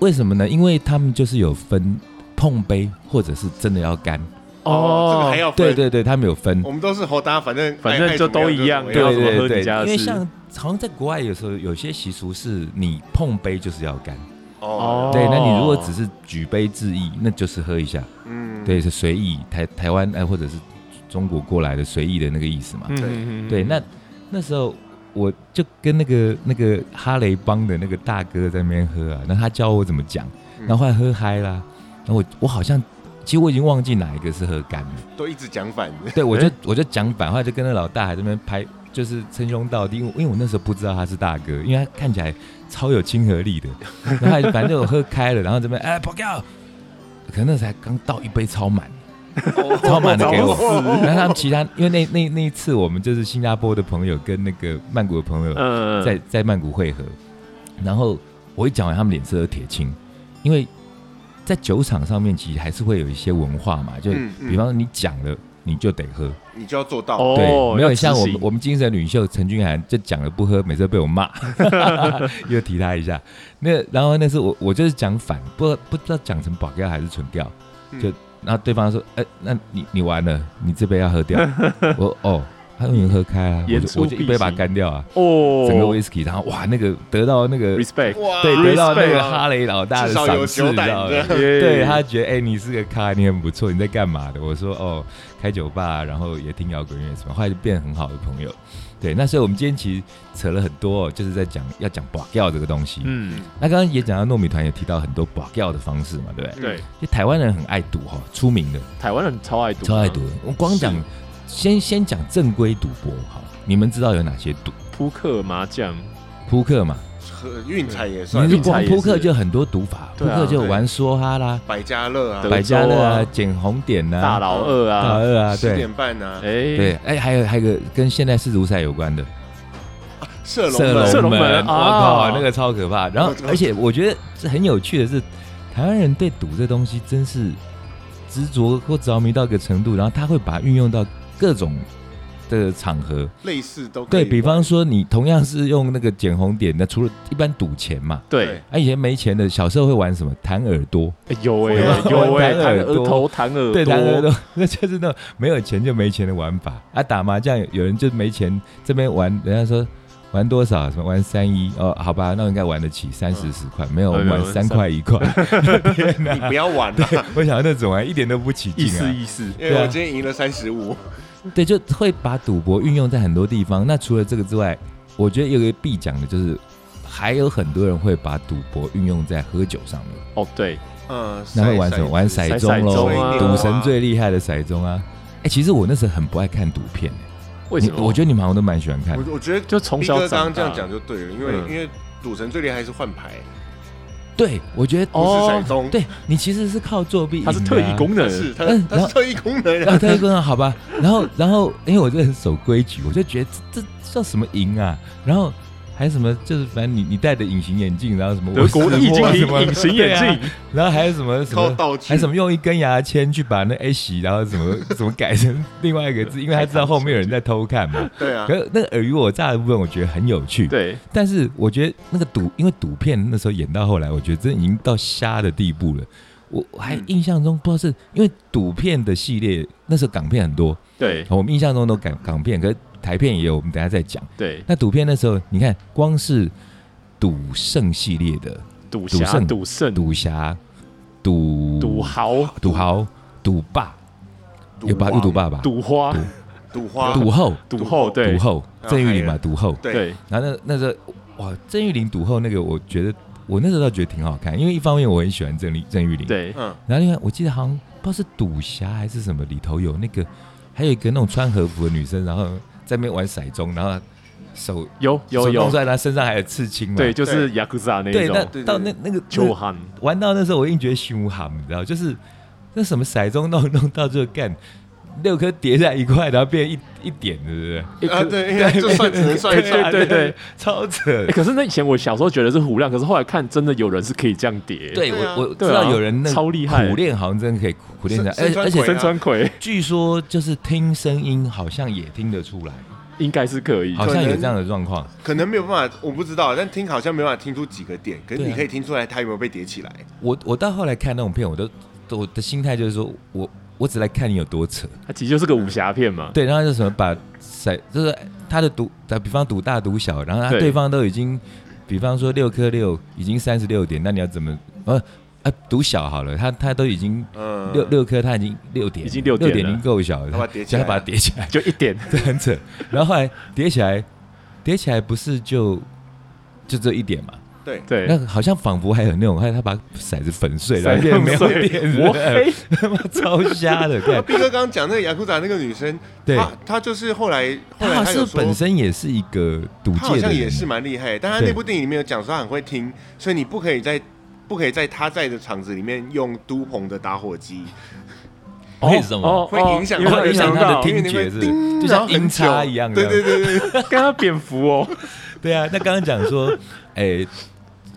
Speaker 3: 为什么呢？因为他们就是有分碰杯或者是真的要干，
Speaker 2: 어,哦
Speaker 1: 这个还要
Speaker 3: 对
Speaker 1: 分，
Speaker 3: 对对，他们有分。
Speaker 1: 我们都是好大，反正
Speaker 2: 反正就都一样
Speaker 1: 爱爱怎么样
Speaker 2: 对
Speaker 1: 就怎
Speaker 2: 对
Speaker 1: 么样
Speaker 2: 怎么喝你家的
Speaker 3: 因为
Speaker 2: 事
Speaker 3: 像好像在国外有时候有些习俗是你碰杯就是要干，
Speaker 1: 哦，
Speaker 3: 对，那你如果只是举杯致意，那就是喝一下，
Speaker 1: 嗯，
Speaker 3: 对，是随意台台湾哎或者是中国过来的随意的那个意
Speaker 2: 음,
Speaker 3: 思嘛，
Speaker 2: 네.嗯
Speaker 3: 对，那那时候。我就跟那个那个哈雷帮的那个大哥在那边喝啊，那他教我怎么讲，
Speaker 1: 嗯
Speaker 3: 然后后来喝嗨啦，然后我我好像其实我已经忘记哪一个是喝干了，
Speaker 1: 都一直讲反的，
Speaker 3: 对，我就、
Speaker 2: 哎
Speaker 3: 我就讲反话，就跟那老大还在那边拍，就是称兄道弟。因为因为我那时候不知道他是大哥，因为他看起来超有亲和力的。然后他就反正我喝开了，然后这边哎，跑掉，可能那时候才刚倒一杯超满，超满的给我。然后他们其他，因为那那那一次我们就是新加坡的朋友跟那个曼谷的朋友
Speaker 2: 嗯
Speaker 3: 在在曼谷汇合，然后我一讲完，他们脸色都铁青，因为在酒场上面其实还是会有一些文化嘛，就
Speaker 1: 嗯嗯
Speaker 3: 比方说你讲了你就得喝，
Speaker 1: 你就要做到，
Speaker 2: 哦，
Speaker 3: 对，没有像我们我们精神领袖陈俊涵就讲了不喝，每次都被我 骂，又提他一下。那然后那是我我就是讲反，不不知道讲成保调还是纯调，
Speaker 1: 嗯
Speaker 3: 就然后对方说，哎、那你你完了，你这杯要喝 掉。我哦，他已经喝开了，我
Speaker 2: 言
Speaker 3: 就
Speaker 2: 出
Speaker 3: 我就一
Speaker 2: 必
Speaker 3: 杯把它
Speaker 2: 行
Speaker 3: 干掉啊，
Speaker 2: 哦，
Speaker 3: 整个 whisky，然后哇，那个得到那个。
Speaker 2: respect，
Speaker 1: 哇
Speaker 3: 对，得到那
Speaker 2: respect
Speaker 3: 个
Speaker 2: 啊
Speaker 3: 哈雷老大的
Speaker 1: 至少有
Speaker 3: 赏识，
Speaker 1: 酒
Speaker 3: 你知
Speaker 1: 胆
Speaker 3: 道
Speaker 1: 这
Speaker 3: 吗
Speaker 1: 样？
Speaker 3: 对
Speaker 2: 对
Speaker 3: 他觉得，哎、你是个咖，你很不错，你在干嘛的？我说，哦，开酒吧，然后也听摇滚乐什么，后来就变很好的朋友。对，那所以我们今天其实扯了很多、哦，就是在讲要讲把调这个东西。
Speaker 2: 嗯，
Speaker 3: 那刚刚也讲到糯米团也提到很多把调的方式嘛，对不对？
Speaker 2: 对，
Speaker 3: 就台湾人很爱赌哈、出名的
Speaker 2: 台湾人超爱赌，啊
Speaker 3: 超爱赌的。我光讲
Speaker 1: 是
Speaker 3: 先先讲正规赌博好，你们知道有哪些赌？
Speaker 2: 扑克、麻将，
Speaker 3: 扑克嘛，
Speaker 1: 和运彩也
Speaker 3: 你
Speaker 1: 算，
Speaker 3: 是
Speaker 2: 运彩
Speaker 3: 光
Speaker 2: 也
Speaker 3: 扑克
Speaker 2: 是
Speaker 3: 就很多赌法，扑
Speaker 2: 对啊
Speaker 3: 克就
Speaker 1: 对
Speaker 3: 玩梭哈啦、
Speaker 1: 百家乐啊
Speaker 2: 德，
Speaker 3: 百家乐
Speaker 2: 州
Speaker 3: 啊
Speaker 2: 啊、
Speaker 3: 捡红点呐、
Speaker 2: 大老二
Speaker 3: 大
Speaker 2: 啊，
Speaker 3: 二啊，
Speaker 1: 十
Speaker 3: 对
Speaker 1: 点半啊，
Speaker 2: 哎，
Speaker 3: 对，，哎，还有还有个跟现代世足赛有关的
Speaker 1: 射龙
Speaker 3: 龙
Speaker 1: 门
Speaker 2: 射龙门
Speaker 3: 门，我
Speaker 2: 啊
Speaker 3: 靠，那个超可怕。然后
Speaker 1: 那，个
Speaker 3: 而且我觉得这很有趣的是，台湾人对赌这东西真是执着或着迷到一个程度，然后他会把它运用到各种的场合。
Speaker 1: 类似都可以
Speaker 3: 对比方说，你同样是用那个捡红点，那除了一般赌钱嘛，
Speaker 2: 对，
Speaker 3: 啊，以前没钱的小时候会玩什么弹耳朵，
Speaker 2: 哎有哎
Speaker 1: 对啊
Speaker 2: 有哎，
Speaker 3: 弹
Speaker 2: 弹
Speaker 3: 耳朵
Speaker 2: 额头，弹耳朵，
Speaker 3: 对，弹耳朵， 那就是那种没有钱就没钱的玩法啊。打麻将有人就没钱，这边玩，人家说玩多少，什么玩三一哦，好吧，那我应该玩得起，三十十块，没有我
Speaker 2: 没有
Speaker 3: 们玩嗯三块一 块。天
Speaker 1: 你不
Speaker 3: 哪！
Speaker 1: 要玩了，
Speaker 3: 我想那种玩一点都不起
Speaker 2: 意
Speaker 3: 劲
Speaker 2: 思
Speaker 3: 啊。
Speaker 2: 意思，
Speaker 1: 因为
Speaker 3: 对
Speaker 1: 我
Speaker 3: 啊
Speaker 1: 今天赢了三十五，
Speaker 3: 对，就会把赌博运用在很多地方。那除了这个之外，我觉得有一个必讲的就是，还有很多人会把赌博运用在喝酒上面。
Speaker 2: 哦对，
Speaker 1: 嗯，
Speaker 3: 那会玩什么？玩骰盅喽
Speaker 1: 骰盅，啊
Speaker 3: 赌神最厉害的骰盅啊！哎，其实我那时候很不爱看赌片欸
Speaker 2: 为什么？
Speaker 3: 你我觉得你们好像都蛮喜欢看的。
Speaker 1: 我我觉得
Speaker 2: 就从
Speaker 1: 逼
Speaker 2: 小
Speaker 1: 哥刚
Speaker 2: 长大
Speaker 1: 刚这样讲就对了，因为
Speaker 2: 嗯
Speaker 1: 因为赌神最厉害是换牌，
Speaker 3: 对，我觉得
Speaker 1: 不是骰
Speaker 2: 哦，
Speaker 1: 盅，
Speaker 3: 对你其实是靠作弊赢的啊，
Speaker 2: 它是特异功
Speaker 1: 他
Speaker 2: 能，
Speaker 1: 是他
Speaker 3: 嗯
Speaker 1: 他
Speaker 3: 然
Speaker 1: 是
Speaker 3: 后
Speaker 1: 特异功能
Speaker 3: 啊，
Speaker 1: 啊，
Speaker 3: 特异功能好吧。然后，然后因为我这个很守规矩，我就觉得这这叫什么赢啊？然后还什么就是反正你你戴着隐形眼镜，然后什么
Speaker 2: 德国
Speaker 3: 我是
Speaker 2: 已经
Speaker 3: 我什么
Speaker 2: 隐隐形眼
Speaker 3: 对啊
Speaker 2: 镜，
Speaker 3: 然后还有什么 什
Speaker 1: 靠
Speaker 3: 么
Speaker 1: 道具，
Speaker 3: 还什么用一根牙签去把那 A 洗，然后怎么 怎么改成另外一个字，因为他知道后面有人在偷看嘛。
Speaker 1: 对啊
Speaker 3: 可，是那个尔虞我诈的部分，我觉得很有趣。
Speaker 2: 对，
Speaker 3: 但是我觉得那个赌，因为赌片那时候演到后来，我觉得真的已经到瞎的地步了。我我还
Speaker 1: 嗯
Speaker 3: 印象中不知道是因为赌片的系列，那时候港片很多，
Speaker 2: 对，
Speaker 3: 我们印象中都港港片，可是台片也有，我们等一下再讲。
Speaker 2: 对，
Speaker 3: 那赌片那时候，你看光是赌圣系列的
Speaker 2: 赌
Speaker 3: 赌
Speaker 2: 侠、
Speaker 3: 圣
Speaker 2: 赌圣、
Speaker 3: 赌侠、赌
Speaker 2: 赌豪、
Speaker 3: 赌豪、赌霸，有吧？有
Speaker 1: 王
Speaker 3: 赌，霸吧？
Speaker 2: 赌花、
Speaker 1: 赌花，
Speaker 3: 赌后、
Speaker 2: 赌后，
Speaker 3: 赌
Speaker 2: 对，
Speaker 3: 后，
Speaker 1: 还有
Speaker 3: 郑裕玲
Speaker 1: 海
Speaker 3: 嘛，
Speaker 1: 人
Speaker 3: 赌后。
Speaker 1: 对，
Speaker 2: 对，
Speaker 3: 然后那那时候，哇，郑裕玲赌后那个，我觉得我那时候倒觉得挺好看，因为一方面我很喜欢郑丽郑裕玲，。
Speaker 2: 对，
Speaker 1: 嗯，
Speaker 3: 然后另外我记得好像不知道是赌侠还是什么，里头有那个还有一个那种穿和服的女生，然后在那边玩骰盅，然后手
Speaker 2: 有有
Speaker 3: 手弄出
Speaker 2: 有，
Speaker 3: 来，她身上还有刺青嘛。
Speaker 2: 对，就是雅库扎那一
Speaker 3: 对，那
Speaker 2: 种，
Speaker 1: 对对
Speaker 3: 到那那个
Speaker 2: 就汉，
Speaker 3: 玩到那时候，我硬觉得胸寒，你知道，就是那什么骰盅弄弄到最后干六颗叠在一块，然后变一一点，对不对？
Speaker 2: 一
Speaker 1: 啊，
Speaker 2: 颗
Speaker 1: 对，哎呀这算只能算一
Speaker 2: 对
Speaker 1: 算，
Speaker 2: 对对，
Speaker 3: 超扯
Speaker 2: 欸。可是那以前我小时候觉得是胡乱，可是后来看真的有人是可以这样叠，
Speaker 3: 对
Speaker 1: 对啊
Speaker 3: 我我知
Speaker 2: 对啊
Speaker 3: 道有人那
Speaker 2: 超厉害
Speaker 3: 苦练好像真的可以苦练起来，
Speaker 1: 身
Speaker 3: 而而且
Speaker 1: 身
Speaker 2: 身穿葵
Speaker 3: 据说就是听声音好像也听得出来，
Speaker 2: 应该是可以，
Speaker 3: 好像有这样的状况。
Speaker 1: 可能没有办法，我不知道，但听好像没办法听出几个点，可是
Speaker 3: 对啊
Speaker 1: 你可以听出来它有没有被叠起来，
Speaker 3: 我我到后来看那种片，我都都我的心态就是说我我只来看你有多扯，
Speaker 2: 它其实就是个武侠片嘛，
Speaker 3: 对，然后就什么把骰，就是他的赌，打比方赌大赌小，然后他
Speaker 2: 对
Speaker 3: 对方都已经，比方说六颗六已经三十六点，那你要怎么呃呃赌小好了，他他都已经
Speaker 1: 嗯，
Speaker 3: 六六颗，他已经六点，
Speaker 2: 已经六点
Speaker 3: 点
Speaker 2: 了
Speaker 3: 已经够小了，
Speaker 1: 他把它叠起
Speaker 3: 叫
Speaker 1: 来
Speaker 3: 他把它叠起来，
Speaker 2: 就一点，
Speaker 3: 这很扯。然后后来叠起来，叠起来不是就就这一点嘛？
Speaker 1: 对，
Speaker 2: 对，
Speaker 3: 那好像仿佛还有那种，哎还有他把骰子粉碎，然后 变得
Speaker 2: 闪
Speaker 3: 没有
Speaker 2: 亮碎
Speaker 3: 点，
Speaker 2: 我飞，
Speaker 3: 他妈超瞎的，对
Speaker 1: 毕哥刚刚讲那个雅库扎那个女生，
Speaker 3: 对。
Speaker 1: 她她就是后来后
Speaker 3: 他
Speaker 1: 来
Speaker 3: 好
Speaker 1: 她有
Speaker 3: 像
Speaker 1: 说
Speaker 3: 本。身也是一个赌
Speaker 1: 她好
Speaker 3: 界的
Speaker 1: 像
Speaker 3: 人，
Speaker 1: 也是蛮厉害的，但她
Speaker 3: 对
Speaker 1: 那部电影里面有讲说她很会听，所以你不可以在不可以在她在的场子里面用都鹏的打火机，
Speaker 3: 为什么
Speaker 2: 哦
Speaker 1: 会影响
Speaker 2: 哦因为
Speaker 1: 会
Speaker 2: 会
Speaker 1: 影
Speaker 2: 影
Speaker 1: 响
Speaker 2: 响
Speaker 1: 到
Speaker 3: 他的
Speaker 2: 到
Speaker 3: 听觉是不是就像音叉一样的
Speaker 1: 对对对对，
Speaker 2: 跟他蝙蝠哦，
Speaker 3: 对啊，那刚刚讲说， 哎、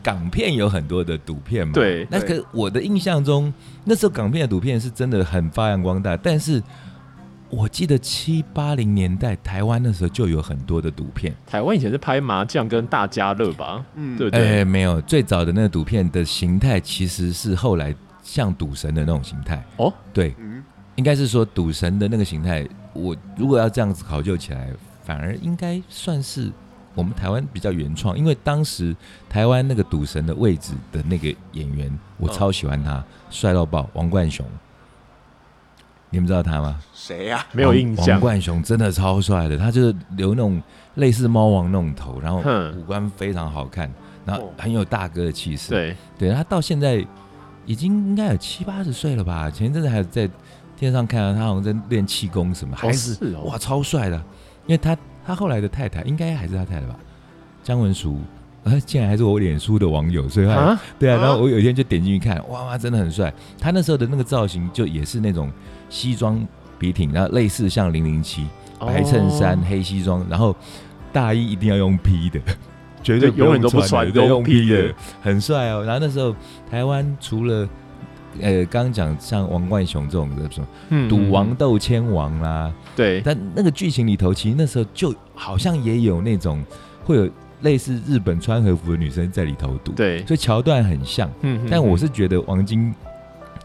Speaker 3: 港片有很多的赌片嘛，
Speaker 2: 对
Speaker 3: 那
Speaker 1: 对
Speaker 3: 可我的印象中，那时候港片的赌片是真的很发扬光大，但是我记得七八零年代台湾那时候就有很多的赌片，
Speaker 2: 台湾以前是拍麻将跟大家乐吧，
Speaker 1: 嗯
Speaker 2: 对不
Speaker 3: 哎、
Speaker 2: 对？
Speaker 3: 没有，最早的那个赌片的形态其实是后来像赌神的那种形态，
Speaker 2: 哦，
Speaker 3: 对，
Speaker 1: 嗯，
Speaker 3: 应该是说赌神的那个形态，我如果要这样子考究起来，反而应该算是我们台湾比较原创，因为当时台湾那个赌神的位置的那个演员，我
Speaker 1: 嗯
Speaker 3: 超喜欢他，帅到爆，王冠雄。你们知道他吗？
Speaker 1: 谁啊呀？
Speaker 2: 没有
Speaker 3: 王
Speaker 2: 印
Speaker 3: 王
Speaker 2: 象，
Speaker 3: 冠雄真的超帅的，他就是留那种类似猫王那种头，然后
Speaker 2: 哼
Speaker 3: 五官非常好看，然后
Speaker 1: 哦
Speaker 3: 很有大哥的气势。
Speaker 2: 对，
Speaker 3: 对他到现在已经应该有七八十岁了吧？前一阵子还有在电视上看到他好像在练气功什么，还
Speaker 2: 哦
Speaker 3: 是,、
Speaker 2: 是哦
Speaker 3: 哇超帅的。因为他他后来的太太应该还是他太太吧，姜文淑，呃， 竟然还是我脸书的网友，所以他、
Speaker 2: 啊，
Speaker 3: 对啊。
Speaker 1: 啊
Speaker 3: 然后我有一天就点进去看，哇哇，真的很帅。他那时候的那个造型就也是那种西装笔挺，然后类似像零零七，白衬衫、
Speaker 2: 哦
Speaker 3: 黑西装，然后大衣一定要用披 的，绝对
Speaker 2: 对永远都不
Speaker 3: 不
Speaker 2: 穿
Speaker 3: 的
Speaker 2: 都
Speaker 3: 对用
Speaker 2: 披
Speaker 3: 披
Speaker 2: 的
Speaker 3: 的，很帅哦。然后那时候台湾除了呃，刚刚讲像王冠雄这种的什么
Speaker 2: 嗯哎
Speaker 3: 赌王斗千王啦，
Speaker 2: 对，
Speaker 3: 但那个剧情里头，其实那时候就好像也有那种会有类似日本穿和服的女生在里头赌，，
Speaker 2: 对，
Speaker 3: 所以桥段很像。
Speaker 2: 嗯
Speaker 3: 但我。
Speaker 2: 嗯嗯
Speaker 3: 是觉得王晶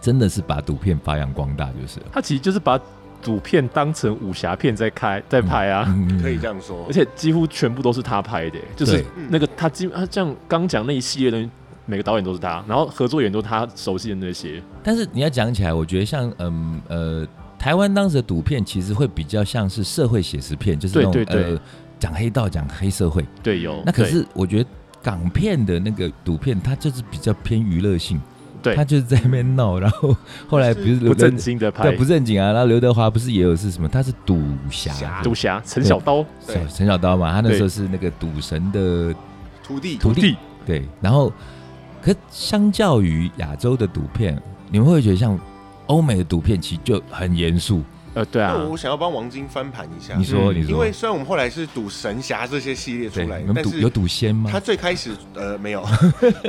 Speaker 3: 真的是把赌片发扬光大，就是了
Speaker 2: 他其实就是把赌片当成武侠片在开在拍啊，
Speaker 3: 嗯
Speaker 1: 可以这样说
Speaker 2: 而，且几乎全部都是他拍的，就是
Speaker 3: 对
Speaker 1: 嗯
Speaker 2: 那个他基他这样刚讲那一系列的东西，每个导演都是他，然后合作演员都是他熟悉的那些，
Speaker 3: 但是你要讲起来，我觉得像嗯呃，台湾当时的赌片其实会比较像是社会写实片，就是那种
Speaker 2: 对对对
Speaker 3: 呃讲黑道、讲黑社会。
Speaker 2: 对，有。
Speaker 3: 那可
Speaker 2: 对
Speaker 3: 是我觉得港片的那个赌片，它就是比较偏娱乐性，
Speaker 2: 对
Speaker 3: 它就是在那边闹，然后后来
Speaker 1: 就是
Speaker 3: 比如刘
Speaker 2: 不正经的拍
Speaker 3: 对不正经啊，然后刘德华不是也有是什么？他是赌侠
Speaker 1: 侠，
Speaker 2: 赌侠陈小刀，
Speaker 3: 小
Speaker 1: 对
Speaker 3: 陈小刀嘛，他那
Speaker 2: 对
Speaker 3: 时候是那个赌神的
Speaker 1: 徒弟
Speaker 3: 徒弟，对，然后可相较于亚洲的赌片，你们会觉得像欧美的赌片其实就很严肃，
Speaker 2: 呃，对啊
Speaker 1: 那，我想要帮王晶翻盘一下
Speaker 3: 你，说，
Speaker 2: 嗯
Speaker 3: 你说，
Speaker 1: 因为虽然我们后来是赌神侠这些系列出
Speaker 3: 对，
Speaker 1: 来
Speaker 3: 你，们
Speaker 1: 但
Speaker 3: 赌
Speaker 1: 是
Speaker 3: 有赌仙吗
Speaker 1: 他？最开始呃没 有，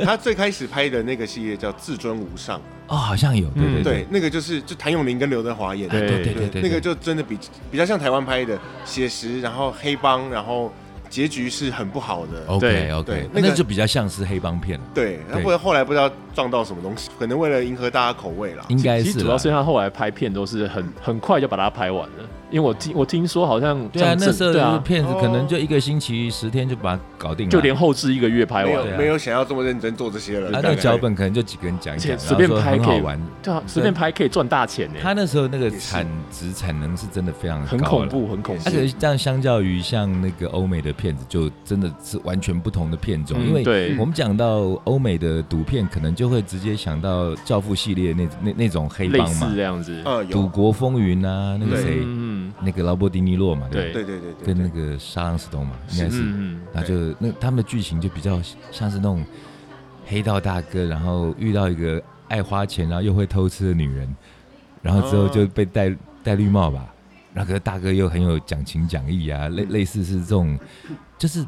Speaker 1: 他最开始拍的那个系列叫《至尊无上》，
Speaker 3: 哦，好像有，对对啊
Speaker 2: 嗯
Speaker 1: 对，那个就是就谭咏麟跟刘德华演的，
Speaker 2: 对
Speaker 3: 对对对对，
Speaker 1: 那个就真的比比较像台湾拍的写实，然后黑帮，然后结局是很不好的。
Speaker 3: OK
Speaker 1: 对
Speaker 3: OK，
Speaker 1: 那个
Speaker 3: 那就比较像是黑帮片了，
Speaker 1: 对，那不然后来不知道撞到什么东西，可能为了迎合大家口味啦。
Speaker 3: 应该
Speaker 2: 其
Speaker 3: 是
Speaker 2: 实
Speaker 3: 啦
Speaker 2: 主要是他后来拍片都是很很快就把它拍完了，因为我听我听说好像
Speaker 3: 对啊，
Speaker 2: 像
Speaker 3: 那
Speaker 2: 正
Speaker 3: 时候
Speaker 2: 对
Speaker 3: 就是
Speaker 2: 啊，
Speaker 3: 骗子
Speaker 1: 哦
Speaker 3: 可能就一个星期十天就把它搞定了，
Speaker 2: 就连后置一个月拍
Speaker 1: 没有
Speaker 2: 完
Speaker 3: 对，啊
Speaker 1: 没有想要这么认真做这些了。
Speaker 3: 啊，那
Speaker 1: 大
Speaker 3: 个
Speaker 1: 概
Speaker 3: 脚本可能就几个人讲一讲，
Speaker 2: 而且
Speaker 3: 然后
Speaker 2: 随便
Speaker 3: 说
Speaker 2: 拍
Speaker 3: 很
Speaker 2: 可
Speaker 3: 好
Speaker 2: 以
Speaker 3: 玩。
Speaker 2: 对啊，随便拍可以赚大钱呢，
Speaker 3: 他那时候那
Speaker 1: 也
Speaker 3: 个
Speaker 1: 是
Speaker 3: 产值产能是真的非常高
Speaker 2: 很
Speaker 3: 了
Speaker 2: 恐。怖，很恐
Speaker 3: 而
Speaker 2: 怖。
Speaker 3: 且这样相较于像那个欧美的片子，就真的是完全不同的片种。
Speaker 2: 嗯
Speaker 3: 因为
Speaker 2: 对
Speaker 3: 我们讲到欧美的毒片，可能就会直接想到《教父》系列那那那种黑
Speaker 2: 类
Speaker 3: 帮
Speaker 2: 似
Speaker 3: 嘛，
Speaker 2: 这样子，
Speaker 1: 呃
Speaker 3: 《赌
Speaker 1: 有，
Speaker 3: 国风云》啊，那个
Speaker 1: 对
Speaker 3: 谁，
Speaker 2: 嗯，
Speaker 3: 那个劳勃迪尼洛嘛，对不
Speaker 2: 对
Speaker 1: 对对对
Speaker 3: 对，
Speaker 1: 对
Speaker 3: 跟那
Speaker 1: 对，
Speaker 3: 个沙朗斯东嘛，应
Speaker 2: 嗯
Speaker 3: 该是。
Speaker 2: 嗯，
Speaker 3: 那就那他们的剧情就比较像是那种黑道大哥，然后遇到一个爱花钱然后又会偷吃的女人，然后之后就被戴
Speaker 2: 哦
Speaker 3: 戴绿帽吧。然后可是大哥又很有讲情讲义啊，
Speaker 2: 嗯
Speaker 3: 类类似是这种，就是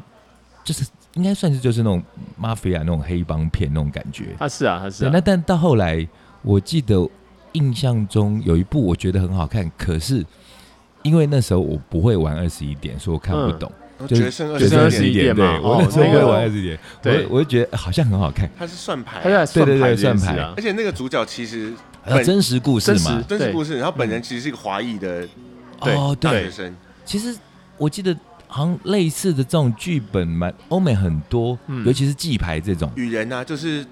Speaker 3: 就是应该算是就是那种 mafia 那种黑帮片那种感觉。
Speaker 2: 他是啊，他是
Speaker 3: 对，
Speaker 2: 啊
Speaker 3: 那，但到后来，我记得印象中有一部我觉得很好看，可是因为那时候我不会玩二十一点，所以我看不
Speaker 2: 嗯
Speaker 3: 懂。
Speaker 1: 哦
Speaker 3: 就是
Speaker 1: 决 胜二
Speaker 2: 决
Speaker 1: 十
Speaker 2: 胜
Speaker 1: 二
Speaker 2: 二
Speaker 1: 点
Speaker 2: 十
Speaker 1: 零
Speaker 2: 一点嘛
Speaker 3: 对我
Speaker 2: 哦
Speaker 3: 那时候
Speaker 1: 那
Speaker 3: 会
Speaker 1: 个
Speaker 3: 玩二十一点，
Speaker 2: 对
Speaker 3: 我我就觉得好像很好看，
Speaker 1: 他是算牌
Speaker 2: 他就在
Speaker 1: 啊，
Speaker 2: 算
Speaker 3: 对对
Speaker 2: 牌
Speaker 3: 对
Speaker 2: 这件事
Speaker 3: 算牌
Speaker 2: 啊
Speaker 1: 而，且那个主角其实
Speaker 3: 好像
Speaker 1: 本
Speaker 3: 真实故事
Speaker 2: 真
Speaker 3: 嘛
Speaker 2: 实。
Speaker 1: 真实
Speaker 2: 对
Speaker 1: 故事，然后本人其实是一个华裔的
Speaker 2: 对
Speaker 3: 哦，
Speaker 1: 大
Speaker 3: 对
Speaker 1: 学，生，
Speaker 3: 其实我记得好像类似的这种剧本蛮欧美很多，
Speaker 2: 嗯
Speaker 3: 尤其是记牌这种
Speaker 1: 雨人啊，就是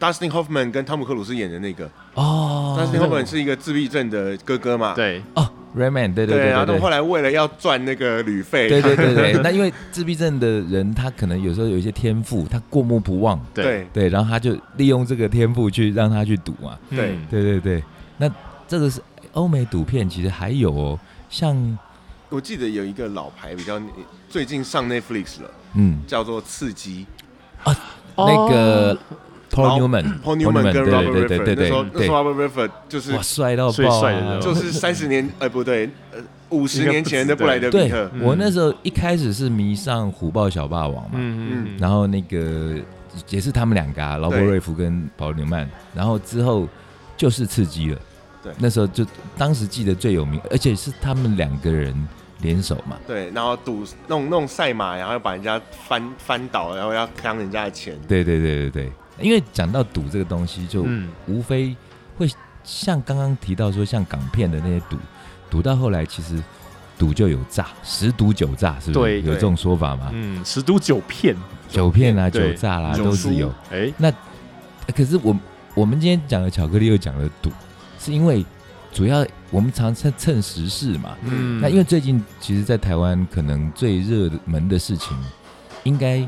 Speaker 1: Dustin Hoffman 跟汤姆克鲁斯演的那个
Speaker 3: 哦。
Speaker 1: ，Dustin Hoffman 是一个自闭症的哥哥嘛，
Speaker 2: 对，
Speaker 3: 哦，Rayman，对对
Speaker 1: 然后他
Speaker 3: 对对
Speaker 1: 啊们后来为了要赚那个旅费，
Speaker 3: 对对对对，那因为自闭症的人，他可能有时候有一些天赋，他过目不忘，
Speaker 2: 对
Speaker 1: 对
Speaker 3: 对，然后他就利用这个天赋去让他去赌嘛，
Speaker 1: 对
Speaker 2: 嗯
Speaker 3: 对对对。那这个是欧美赌片，其实还有哦，像
Speaker 1: 我记得有一个老牌比较最近上 Netflix 了，
Speaker 3: 嗯，
Speaker 1: 叫做《刺激
Speaker 3: 那个
Speaker 2: 哦
Speaker 3: Paul
Speaker 1: 然后》
Speaker 3: Newman、
Speaker 1: ，Paul Newman 跟
Speaker 3: 对
Speaker 1: Robert
Speaker 3: 对
Speaker 1: Redford，
Speaker 3: 对对
Speaker 1: 那时候
Speaker 3: 对
Speaker 1: 那时
Speaker 3: 对，
Speaker 1: 候 Robert Redford 就是
Speaker 3: 哇，帅到
Speaker 2: 最
Speaker 3: 爆
Speaker 2: 帅
Speaker 3: 啊！
Speaker 2: 的
Speaker 1: 就
Speaker 2: 那
Speaker 1: 是三十年，呃，不对，呃，五
Speaker 2: 应
Speaker 1: 十
Speaker 2: 该
Speaker 1: 年
Speaker 2: 不
Speaker 1: 前
Speaker 2: 止
Speaker 1: 的布莱德比
Speaker 3: 对
Speaker 1: 特，
Speaker 2: 嗯
Speaker 3: 我那时候一开始是迷上虎豹小霸王嘛，
Speaker 2: 嗯嗯嗯，
Speaker 3: 然后那个也是他们两个啊，劳勃
Speaker 1: 对
Speaker 3: 瑞福跟保罗纽曼，然后之后就是刺激了。
Speaker 1: 对
Speaker 3: 那时候就当时记得最有名，而且是他们两个人联手嘛。
Speaker 1: 对，然后赌弄弄赛马，然后把人家翻翻倒，然后要坑人家的钱，
Speaker 3: 对对对对对，因为讲到赌这个东西，就
Speaker 2: 嗯
Speaker 3: 无非会像刚刚提到说，像港片的那些赌，赌到后来其实赌就有诈，十赌九诈，是不
Speaker 2: 对
Speaker 3: 是有这种说法吗？
Speaker 2: 嗯，十赌九骗，
Speaker 3: 酒骗啊，酒
Speaker 2: 对
Speaker 3: 诈啊啦，
Speaker 1: 酒
Speaker 3: 都是
Speaker 1: 输
Speaker 3: 有。
Speaker 2: 哎，
Speaker 3: 可是我我们今天讲的巧克力又讲了赌，是因为主要我们常趁趁时事嘛。
Speaker 2: 嗯，
Speaker 3: 那因为最近其实，在台湾可能最热门的事情，应该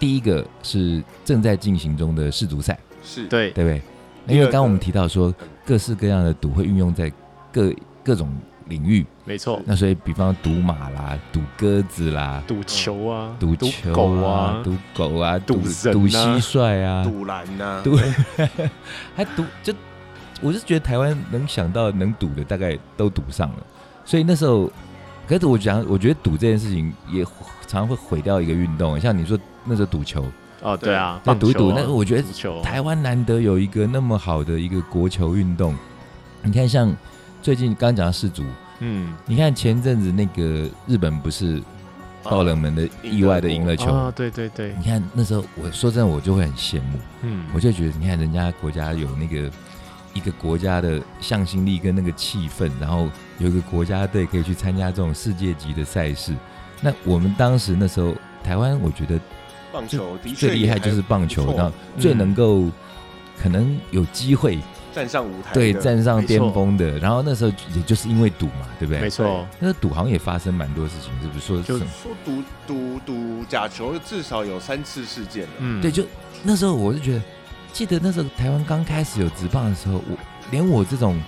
Speaker 3: 第一个是正在进行中的世足赛，
Speaker 1: 是，
Speaker 2: 对，
Speaker 3: 对不对？
Speaker 1: 第二个
Speaker 3: 因为刚刚我们提到说，各式各样的赌会运用在各各种领域，
Speaker 2: 没错，
Speaker 3: 那所以比方赌马啦、赌鸽子啦、
Speaker 2: 赌球啊，
Speaker 3: 赌球
Speaker 2: 狗
Speaker 3: 啊
Speaker 2: 啊、
Speaker 3: 赌狗啊、赌
Speaker 2: 赌神啊
Speaker 3: 赌蟋蟀啊、
Speaker 1: 赌蓝呐，
Speaker 3: 赌，还赌就，我是觉得台湾能想到能赌的大概都赌上了，所以那时候，可是我讲，我觉得赌这件事情也常常会毁掉一个运动，欸像你说那时候赌球，
Speaker 2: 哦，对啊，
Speaker 3: 那
Speaker 2: 棒
Speaker 3: 赌一赌，
Speaker 2: 球啊
Speaker 3: 那我觉得
Speaker 2: 足球
Speaker 3: 台湾难得有一个那么好的一个国球运动，你看像最近刚刚讲到世足，
Speaker 2: 嗯，
Speaker 3: 你看前阵子那个日本不是
Speaker 1: 啊
Speaker 3: 爆冷门的意外的赢了球，
Speaker 2: 啊，对对对，
Speaker 3: 你看那时候我说真的我就会很羡慕。
Speaker 2: 嗯，
Speaker 3: 我就觉得，你看人家国家有那个一个国家的向心力跟那个气氛，然后有一个国家队可以去参加这种世界级的赛事。那我们当时那时候，台湾我觉得
Speaker 1: 棒球的确
Speaker 3: 最厉害
Speaker 1: 也还
Speaker 3: 就是棒
Speaker 1: 不
Speaker 3: 球，
Speaker 1: 错
Speaker 3: 然后最
Speaker 2: 嗯
Speaker 3: 能够、可能有机会
Speaker 1: 站上舞台的，
Speaker 3: 对站上
Speaker 2: 没
Speaker 3: 巅
Speaker 2: 错
Speaker 3: 峰的。然后那时候也就是因为赌嘛，对不
Speaker 2: 没
Speaker 3: 对？
Speaker 2: 错，
Speaker 3: 那赌好像也发生蛮多事情，是不是说
Speaker 2: 就
Speaker 3: 什么
Speaker 1: 说赌赌赌假球至少有三次事件了，
Speaker 2: 嗯，
Speaker 3: 对，就那时候我就觉得，记得那时候台湾刚开始有职棒的时候，我连我这种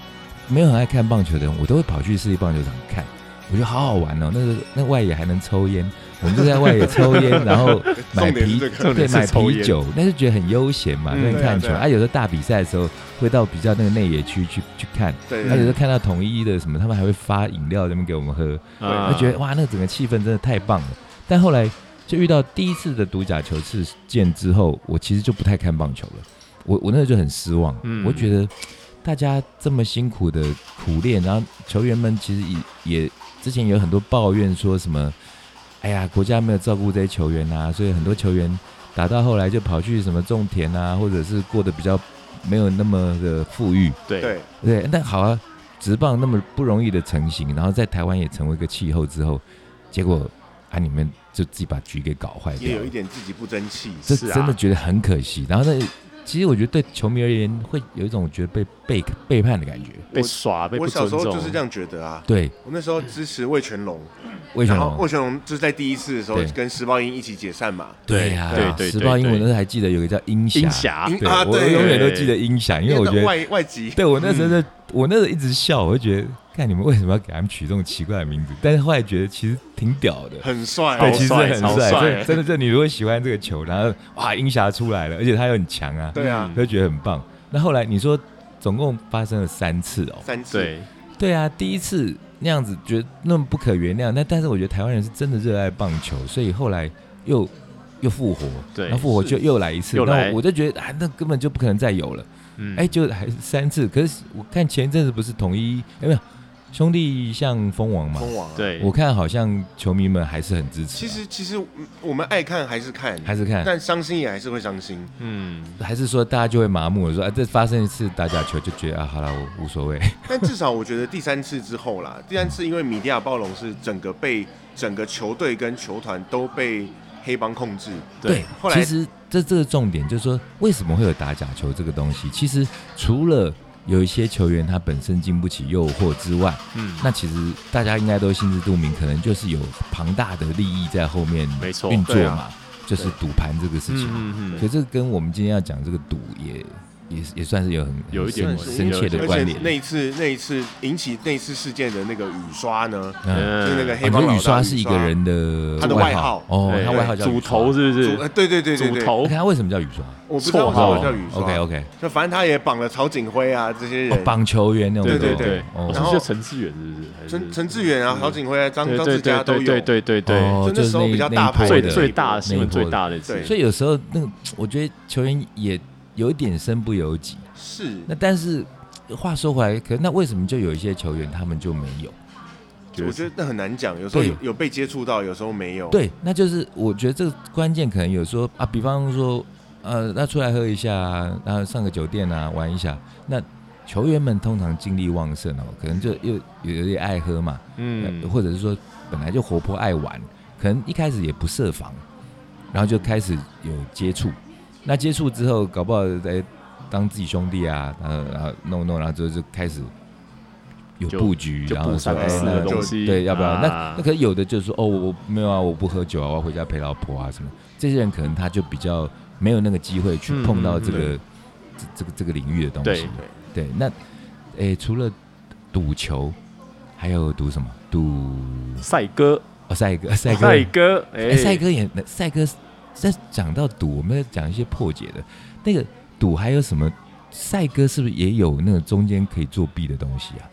Speaker 3: 没有很爱看棒球的人，我都会跑去世界棒球场看，我觉得好好玩哦。那个那外野还能抽烟， 我们就在外野抽烟，然 后买
Speaker 1: 重点是
Speaker 3: 啤
Speaker 1: 这个，
Speaker 2: 重
Speaker 3: 对
Speaker 2: 点
Speaker 3: 买
Speaker 2: 是抽
Speaker 3: 啤
Speaker 2: 烟，
Speaker 3: 酒，那就觉得很悠闲嘛，
Speaker 1: 嗯
Speaker 3: 那
Speaker 1: 对啊
Speaker 3: 看球。
Speaker 1: 对啊
Speaker 3: 啊，有时候大比赛的时候会到比较那个内野区去去看，
Speaker 1: 对
Speaker 3: 啊，有时
Speaker 1: 对
Speaker 3: 候看到统一的什么，他们还会发饮料在那边给我们喝，
Speaker 2: 啊
Speaker 3: 就觉得哇，那个整个气氛真的太棒了。但后来就遇到第一次的独角球事件之后，我其实就不太看棒球了。我我那时候就很失望，
Speaker 2: 嗯
Speaker 3: 我觉得大家这么辛苦的苦练，然后球员们其实也也之前有很多抱怨说什么，哎呀，国家没有照顾这些球员啊，所以很多球员打到后来就跑去什么种田啊，或者是过得比较没有那么的富裕。
Speaker 2: 对
Speaker 1: 对
Speaker 3: 对，但好啊，直棒那么不容易的成型，然后在台湾也成为一个气候之后，结果啊，你们就自己把局给搞坏
Speaker 1: 也
Speaker 3: 掉
Speaker 1: 有一
Speaker 3: 了，
Speaker 1: 点自己不争气，
Speaker 3: 这
Speaker 2: 是啊
Speaker 3: 真的觉得很可惜。然后那其实我觉得对球迷而言，会有一种觉得被背背叛的感觉。
Speaker 2: 被耍被
Speaker 1: 我
Speaker 2: 不
Speaker 1: 小
Speaker 2: 尊
Speaker 1: 时
Speaker 2: 重，
Speaker 1: 候就是这样觉得啊。
Speaker 3: 对，
Speaker 1: 我那时候支持魏全龙，
Speaker 3: 魏全
Speaker 1: 然后哦
Speaker 3: 龙
Speaker 1: 魏，全龙就是在第一次的时候
Speaker 3: 嗯对
Speaker 1: 跟石报英一起解散嘛。
Speaker 3: 对呀、
Speaker 2: 对对对
Speaker 3: 时报英文
Speaker 2: 对
Speaker 3: 那时候还记得有个叫音
Speaker 2: 音
Speaker 3: 响，
Speaker 2: 侠
Speaker 1: 音
Speaker 3: 对、
Speaker 1: 啊
Speaker 3: 我
Speaker 1: 对
Speaker 3: 永远都记得音响，因为我觉得
Speaker 1: 外嗯外籍
Speaker 3: 对我那时候就，我那时候一直笑，我就觉得，看你们为什么要给他们取这种奇怪的名字？但是后来觉得其实挺屌的，
Speaker 1: 很帅，
Speaker 3: 对，
Speaker 2: 超
Speaker 3: 其实
Speaker 2: 帅
Speaker 3: 很
Speaker 2: 超
Speaker 3: 帅，
Speaker 2: 帅
Speaker 3: 真真的，这你如果喜欢这个球，然后哇，英侠出来了，而且他又很强啊，
Speaker 1: 对啊，
Speaker 3: 就觉得很棒。那后来你说，总共发生了三次哦，
Speaker 1: 三次，
Speaker 2: 对
Speaker 3: 对啊，第一次那样子觉得那么不可原谅，那但是我觉得台湾人是真的热爱棒球，所以后来又又复活，
Speaker 2: 对
Speaker 3: 然后复活
Speaker 1: 是
Speaker 3: 就又来一次，
Speaker 2: 又来
Speaker 3: 那我就觉得啊，那根本就不可能再有了，
Speaker 2: 嗯
Speaker 3: 哎，就还是三次。可是我看前一阵子不是统一，哎，没有兄弟像蜂王嘛，
Speaker 1: 蜂王啊。
Speaker 2: 对
Speaker 3: 我看好像球迷们还是很支持啊，
Speaker 1: 其实其实嗯我们爱看还是看，
Speaker 3: 还是看。
Speaker 1: 但伤心也还是会伤心。
Speaker 2: 嗯
Speaker 3: 还是说大家就会麻木了，说啊，这发生一次打假球就觉得啊，好了，我无所谓。
Speaker 1: 但至少我觉得第三次之后啦， 第三次因为米迪亚暴龙是整个被整个球队跟球团都被黑帮控制，
Speaker 2: 对
Speaker 1: 后来
Speaker 3: 其实这这个重点就是说，为什么会有打假球这个东西？其实除了有一些球员他本身经不起诱惑之外，
Speaker 2: 嗯
Speaker 3: 那其实大家应该都心知肚明，可能就是有庞大的利益在后面
Speaker 2: 没错
Speaker 3: 运作
Speaker 1: 对
Speaker 3: 嘛
Speaker 1: 啊，
Speaker 3: 就是赌盘这个事情。
Speaker 2: 嗯嗯
Speaker 3: 所以这个跟我们今天要讲这个赌也也也算是有很
Speaker 2: 有一点
Speaker 3: 很
Speaker 1: 关
Speaker 3: 深
Speaker 1: 系
Speaker 3: 深切的
Speaker 1: 而
Speaker 3: 关
Speaker 1: 且
Speaker 3: 联。
Speaker 1: 那一次那一次引起那一次事件的那个雨刷呢，
Speaker 3: 嗯
Speaker 1: 就是那个
Speaker 2: 嗯
Speaker 1: 黑帮
Speaker 3: 啊
Speaker 1: 老
Speaker 3: 你说
Speaker 1: 大
Speaker 3: 雨刷是一个人的
Speaker 1: 他的
Speaker 3: 外
Speaker 1: 外号
Speaker 3: 哦，
Speaker 2: 对哎
Speaker 3: 他外号叫
Speaker 2: 主
Speaker 3: 雨刷
Speaker 2: 头是不
Speaker 1: 主呃
Speaker 2: 是？
Speaker 1: 对对对对
Speaker 2: 主
Speaker 1: 对，
Speaker 2: 头
Speaker 3: 你看他为什么叫雨刷？
Speaker 1: 我不知道
Speaker 2: 绰
Speaker 1: 为什
Speaker 2: 号
Speaker 1: 么叫雨刷
Speaker 3: OK OK，
Speaker 1: 就反正他也绑了曹景辉啊这些
Speaker 3: 哦
Speaker 1: 人，，
Speaker 3: 棒球员那种
Speaker 1: 对对
Speaker 3: 的。
Speaker 2: 对
Speaker 1: 对
Speaker 3: 哦
Speaker 2: 我
Speaker 1: 然后
Speaker 2: 是叫陈志远是不是还是？
Speaker 1: 陈陈志远啊、曹景辉啊、张
Speaker 2: 嗯对
Speaker 1: 张
Speaker 2: 对
Speaker 1: 志
Speaker 2: 对
Speaker 1: 佳都
Speaker 2: 对
Speaker 1: 有，
Speaker 2: 对对对对，
Speaker 3: 哦
Speaker 1: 就那时候
Speaker 3: 就是
Speaker 1: 比较
Speaker 3: 那
Speaker 1: 大牌
Speaker 3: 那一波
Speaker 2: 最
Speaker 3: 的
Speaker 2: 最大的新闻
Speaker 3: 那一波的
Speaker 2: 最大的一次
Speaker 1: 对，
Speaker 3: 所以有时候那个，我觉得球员也有一点身不由己。
Speaker 1: 是
Speaker 3: 那但是话说回来，可那为什么就有一些球员他们就没有？
Speaker 1: 我觉得那很难讲，有时候
Speaker 3: 对
Speaker 1: 有有被接触到，有时候没有。
Speaker 3: 对，那就是我觉得这个关键可能有说啊，比方说呃，那出来喝一下啊，然后上个酒店啊玩一下。那球员们通常精力旺盛哦，可能就又有有点爱喝嘛，
Speaker 2: 嗯
Speaker 3: 呃，或者是说本来就活泼爱玩，可能一开始也不设防，然后就开始有接触。那接触之后，搞不好哎当自己兄弟啊，然后然后弄一弄，然后就就开始有
Speaker 2: 就
Speaker 3: 布局，
Speaker 2: 就
Speaker 3: 然后说
Speaker 2: 不三
Speaker 3: 哎
Speaker 2: 不四
Speaker 3: 那
Speaker 2: 的
Speaker 1: 啊就
Speaker 2: 东西，
Speaker 3: 对，要不要？那
Speaker 2: 啊
Speaker 3: 那可能有的就是说哦，我我没有啊，我不喝酒啊，我要回家陪老婆啊什么。这些人可能他就比较没有那个机会去
Speaker 2: 嗯
Speaker 3: 碰到
Speaker 2: 嗯
Speaker 3: 这个、
Speaker 1: 对
Speaker 3: 这这个这个领域的东
Speaker 2: 对
Speaker 3: 西。对，那诶，除了赌球，还有赌什么？赌
Speaker 2: 赛哥，
Speaker 3: 哦，赛哥，赛哥，
Speaker 2: 赛哥，
Speaker 3: 哎，
Speaker 2: 哎，
Speaker 3: 赛哥也，赛哥在讲到赌，我们要讲一些破解的。那个赌还有什么？赛哥是不是也有那个中间可以作弊的东西啊？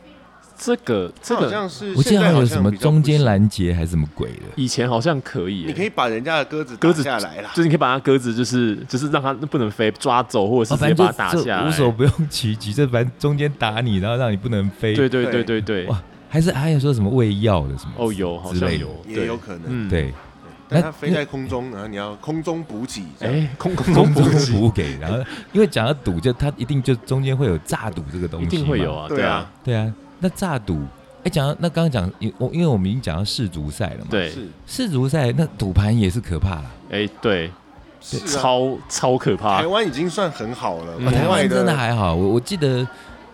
Speaker 2: 这个这
Speaker 1: 好
Speaker 2: 个
Speaker 1: 像是
Speaker 3: 我记
Speaker 1: 现
Speaker 3: 得
Speaker 1: 在
Speaker 3: 还
Speaker 1: 好
Speaker 3: 有
Speaker 1: 像
Speaker 3: 什么
Speaker 1: 比较
Speaker 3: 中
Speaker 1: 不
Speaker 3: 间
Speaker 1: 行，
Speaker 3: 拦截还是什么鬼的？
Speaker 2: 以前好像可以，
Speaker 1: 你可
Speaker 2: 以。
Speaker 1: 以把人家的鸽子打
Speaker 2: 鸽子
Speaker 1: 下来啦。
Speaker 2: 就是你可以把它鸽子，就是就是让它不能飞，抓走或者
Speaker 3: 哦，
Speaker 2: 是直
Speaker 3: 反
Speaker 2: 接
Speaker 3: 正
Speaker 2: 把它
Speaker 3: 就
Speaker 2: 打
Speaker 3: 这
Speaker 2: 下来。
Speaker 3: 无所不用其极，这反正中间打你，然后让你不能飞。
Speaker 2: 对对对
Speaker 1: 对
Speaker 2: 对对
Speaker 3: 哇，还是还有说什么喂药的什么？
Speaker 2: 哦，有好
Speaker 3: 之
Speaker 2: 像
Speaker 3: 类的
Speaker 2: 有，
Speaker 1: 也
Speaker 2: 对
Speaker 1: 有可能，
Speaker 2: 嗯，，
Speaker 3: 对，
Speaker 1: 但
Speaker 3: 那
Speaker 1: 它飞在空中，然后你要空中补给，这样
Speaker 2: 哎，空空
Speaker 3: 中
Speaker 2: 中
Speaker 3: 途
Speaker 2: 补
Speaker 3: 服务给， 然后因为讲到赌，就他一定就中间会有诈赌这个东西，
Speaker 2: 一定会有。啊，
Speaker 1: 对
Speaker 2: 啊
Speaker 1: 啊，，
Speaker 3: 对啊，那诈赌，哎，讲到那刚刚讲，因我因为我们已经讲到世足赛了嘛，，
Speaker 2: 对，
Speaker 1: 是
Speaker 3: 世足赛那赌盘也是可怕啦。
Speaker 2: 哎对，
Speaker 1: 是啊，
Speaker 2: 超超可怕
Speaker 1: 台，湾已经算很好了，
Speaker 2: 嗯
Speaker 3: 啊台
Speaker 1: 国外
Speaker 3: 湾真的
Speaker 1: 的
Speaker 3: 还好，我我记得，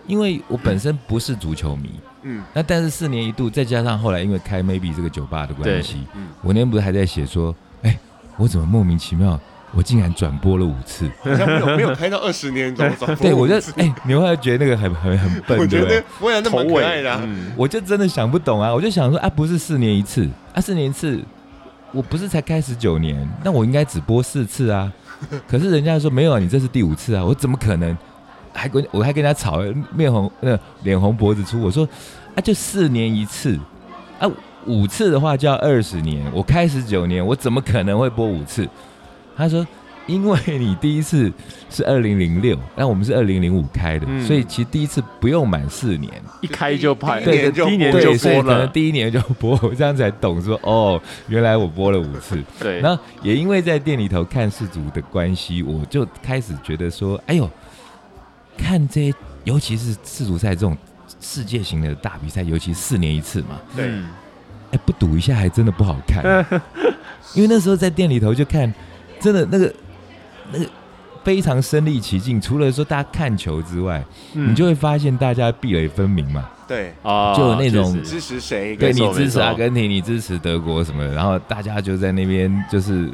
Speaker 3: 因为我本身不是足球迷，
Speaker 1: 嗯
Speaker 3: 那但是四年一度，再加上后来因为开 Maybe 这个酒吧的关系
Speaker 1: 对嗯，
Speaker 3: 我那天不是还在写说，哎、我怎么莫名其妙我竟然转播了五次。
Speaker 1: 好像没 有没有开到二十年，怎么找
Speaker 3: 对，我就 哎、你会不会觉得那个很很很笨，
Speaker 1: 我
Speaker 3: 对
Speaker 1: 觉
Speaker 3: 不对
Speaker 1: 得？我想那蛮可爱的、啊，
Speaker 2: 嗯，
Speaker 3: 我就真的想不懂啊！我就想说啊，不是四年一次啊，四年一次，我不是才开始九年，那我应该只播四次啊。可是人家说没有，你这是第五次啊，我怎么可能？还跟我还跟人家吵，面红呃脸红脖子粗。我说啊，就四年一次啊，五次的话就要二十年，我开始九年，我怎么可能会播五次？他说。因为你第一次是二零零六，那我们是二零零五开的，
Speaker 2: 嗯
Speaker 3: 所以其实第一次不用满四年，
Speaker 2: 一开就拍，
Speaker 1: 第一年
Speaker 2: 第
Speaker 1: 就
Speaker 2: 一年
Speaker 1: 播
Speaker 2: 就
Speaker 3: 对，所以
Speaker 2: 播
Speaker 3: 可能
Speaker 2: 了，
Speaker 3: 第一年就播， 我这样才懂说哦，原来我播了五次。
Speaker 2: 对，
Speaker 3: 那也因为在店里头看世足的关系，我就开始觉得说，哎呦，看这些，尤其是世足赛这种世界型的大比赛，尤其四年一次嘛，
Speaker 2: 对，
Speaker 3: 哎，不赌一下还真的不好看， 因为那时候在店里头就看，真的那个那个非常身临其境。除了说大家看球之外，
Speaker 2: 嗯
Speaker 3: 你就会发现大家壁垒分明嘛。
Speaker 1: 对，
Speaker 2: 啊，
Speaker 3: 就有那种
Speaker 2: 确实
Speaker 1: 支持谁？
Speaker 3: 对你
Speaker 2: 没错
Speaker 3: 支
Speaker 2: 没
Speaker 3: 持
Speaker 2: 错
Speaker 3: 阿根廷，你支持德国什么的，然后大家就在那边就是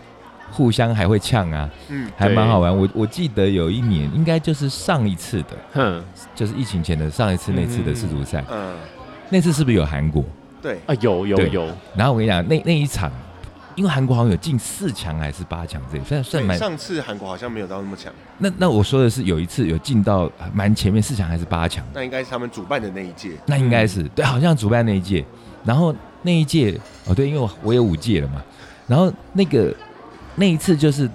Speaker 3: 互相还会呛啊，
Speaker 1: 嗯，
Speaker 3: 还
Speaker 2: 对
Speaker 3: 蛮好玩。我我记得有一年，应该就是上一次的，
Speaker 2: 哼
Speaker 3: 就是疫情前的上一次那次的世足赛，
Speaker 1: 嗯，
Speaker 3: 那次是不是有韩国？
Speaker 1: 对，
Speaker 2: 啊，有有
Speaker 3: 对
Speaker 2: 有，
Speaker 3: 然后我跟你讲，那那一场，因为韩国好像有进四强还是八强这，算算
Speaker 1: 对
Speaker 3: 蛮。
Speaker 1: 上次韩国好像没有到那么强，
Speaker 3: 那那我说的是有一次有进到蛮前面四强还是八强，
Speaker 1: 那应该是他们主办的那一届，
Speaker 3: 那应该是
Speaker 2: 嗯
Speaker 3: 对，好像主办那一届，然后那一届哦，对，因为我我有五届了嘛，然后那个那一次就是，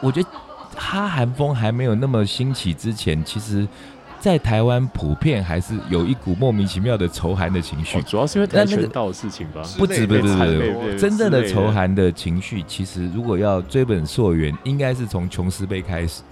Speaker 3: 我觉得哈韩风还没有那么兴起之前，其实，在台湾普遍还是有一股莫名其妙的仇韩的情绪
Speaker 2: 哦，主要是因为
Speaker 3: 那
Speaker 2: 跆
Speaker 3: 那个
Speaker 2: 拳道的事情吧，
Speaker 1: 之
Speaker 3: 不
Speaker 1: 类
Speaker 3: 止
Speaker 1: 的
Speaker 3: 不止
Speaker 1: 差
Speaker 3: 不
Speaker 1: 不
Speaker 3: 止
Speaker 1: 多
Speaker 2: 不止
Speaker 3: 真正的
Speaker 2: 之类的
Speaker 3: 仇韩的情绪，其实如果要追本溯源，应该是从琼斯杯开始。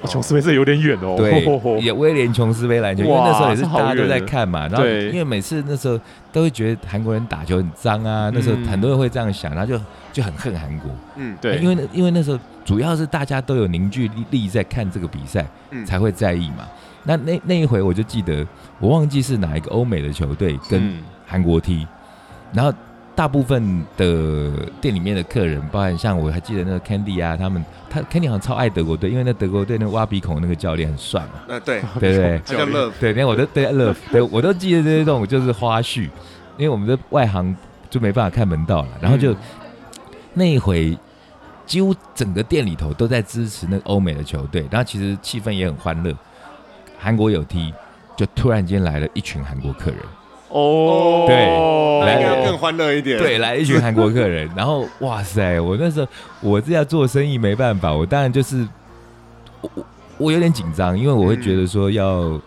Speaker 2: 哦琼斯杯这有点远哦，
Speaker 3: 对
Speaker 2: 吼吼，吼
Speaker 3: 也威廉琼斯杯篮球，因为
Speaker 2: 哇
Speaker 3: 那时候也是
Speaker 2: 这好
Speaker 3: 大家都在
Speaker 2: 远
Speaker 3: 看嘛。然后
Speaker 2: 对
Speaker 3: 因为每次那时候都会觉得韩国人打球很脏啊，那时候
Speaker 2: 嗯
Speaker 3: 很多人会这样想，然后就就很恨韩国。
Speaker 1: 嗯，
Speaker 2: 对，
Speaker 3: 因为那因为那时候主要是大家都有凝聚力在看这个比赛，
Speaker 1: 嗯
Speaker 3: 才会在意嘛。那那那一回我就记得，我忘记是哪一个欧美的球队跟
Speaker 2: 嗯
Speaker 3: 韩国踢，然后大部分的店里面的客人，包含像我还记得那个 Candy 啊，他们他 Candy 好像超爱德国队，因为那德国队那个挖鼻孔那个教练很帅嘛，
Speaker 1: 那对，
Speaker 3: 对不 对？
Speaker 1: 他叫 Love，
Speaker 3: 对，连我都对 love，对我都记得这些种就是花絮，因为我们的外行就没办法看门道了。然后
Speaker 2: 嗯
Speaker 3: 就、那一回，几乎整个店里头都在支持那个欧美的球队，然后其实气氛也很欢乐。韩国有踢，就突然间来了一群韩国客人，
Speaker 2: 哦，
Speaker 3: 对
Speaker 1: 那
Speaker 3: 来
Speaker 1: 应该要
Speaker 3: 了
Speaker 1: 更欢乐一点，
Speaker 3: 对，，来一群韩国客人，然后哇塞，我那时候我是要做生意没办法，我当然就是我我我有点紧张，因为我会觉得说要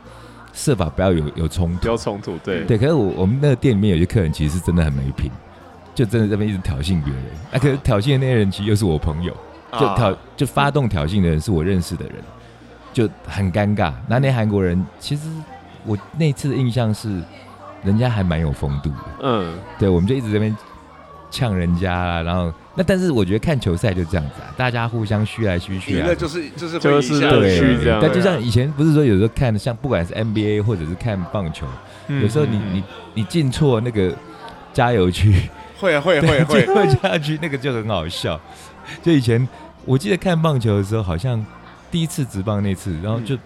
Speaker 3: 设法不要有有冲突
Speaker 2: 不。要冲突，对
Speaker 3: 对，可是我我们那个店里面有些客人其实是真的很没品，就真的这边一直挑衅别人。啊，可是挑衅的那些人其实又是我朋友，就挑、
Speaker 1: 啊，
Speaker 3: 就发动挑衅的人是我认识的人，就很尴尬。那那韩国人其实我那次的印象是，人家还蛮有风度的。
Speaker 2: 嗯，
Speaker 3: 对，我们就一直这边呛人家啦，然后那但是我觉得看球赛就这样子啊，大家互相嘘来嘘去
Speaker 1: 赢
Speaker 3: 啊，
Speaker 1: 了就是就是
Speaker 2: 就
Speaker 1: 会
Speaker 2: 是
Speaker 1: 一下
Speaker 2: 乐
Speaker 1: 对啊
Speaker 2: 趣这样
Speaker 3: 但就像以前不是说有时候看像不管是 NBA 或者是看棒球，
Speaker 1: 嗯
Speaker 3: 有时候
Speaker 2: 嗯
Speaker 3: 你你你进错那个加油区，
Speaker 1: 会啊 会啊会啊
Speaker 3: 进
Speaker 1: 会啊，
Speaker 3: 错加油区那个就很好笑。就以前我记得看棒球的时候，好像第一次直棒那次，然后
Speaker 1: 嗯
Speaker 3: 就、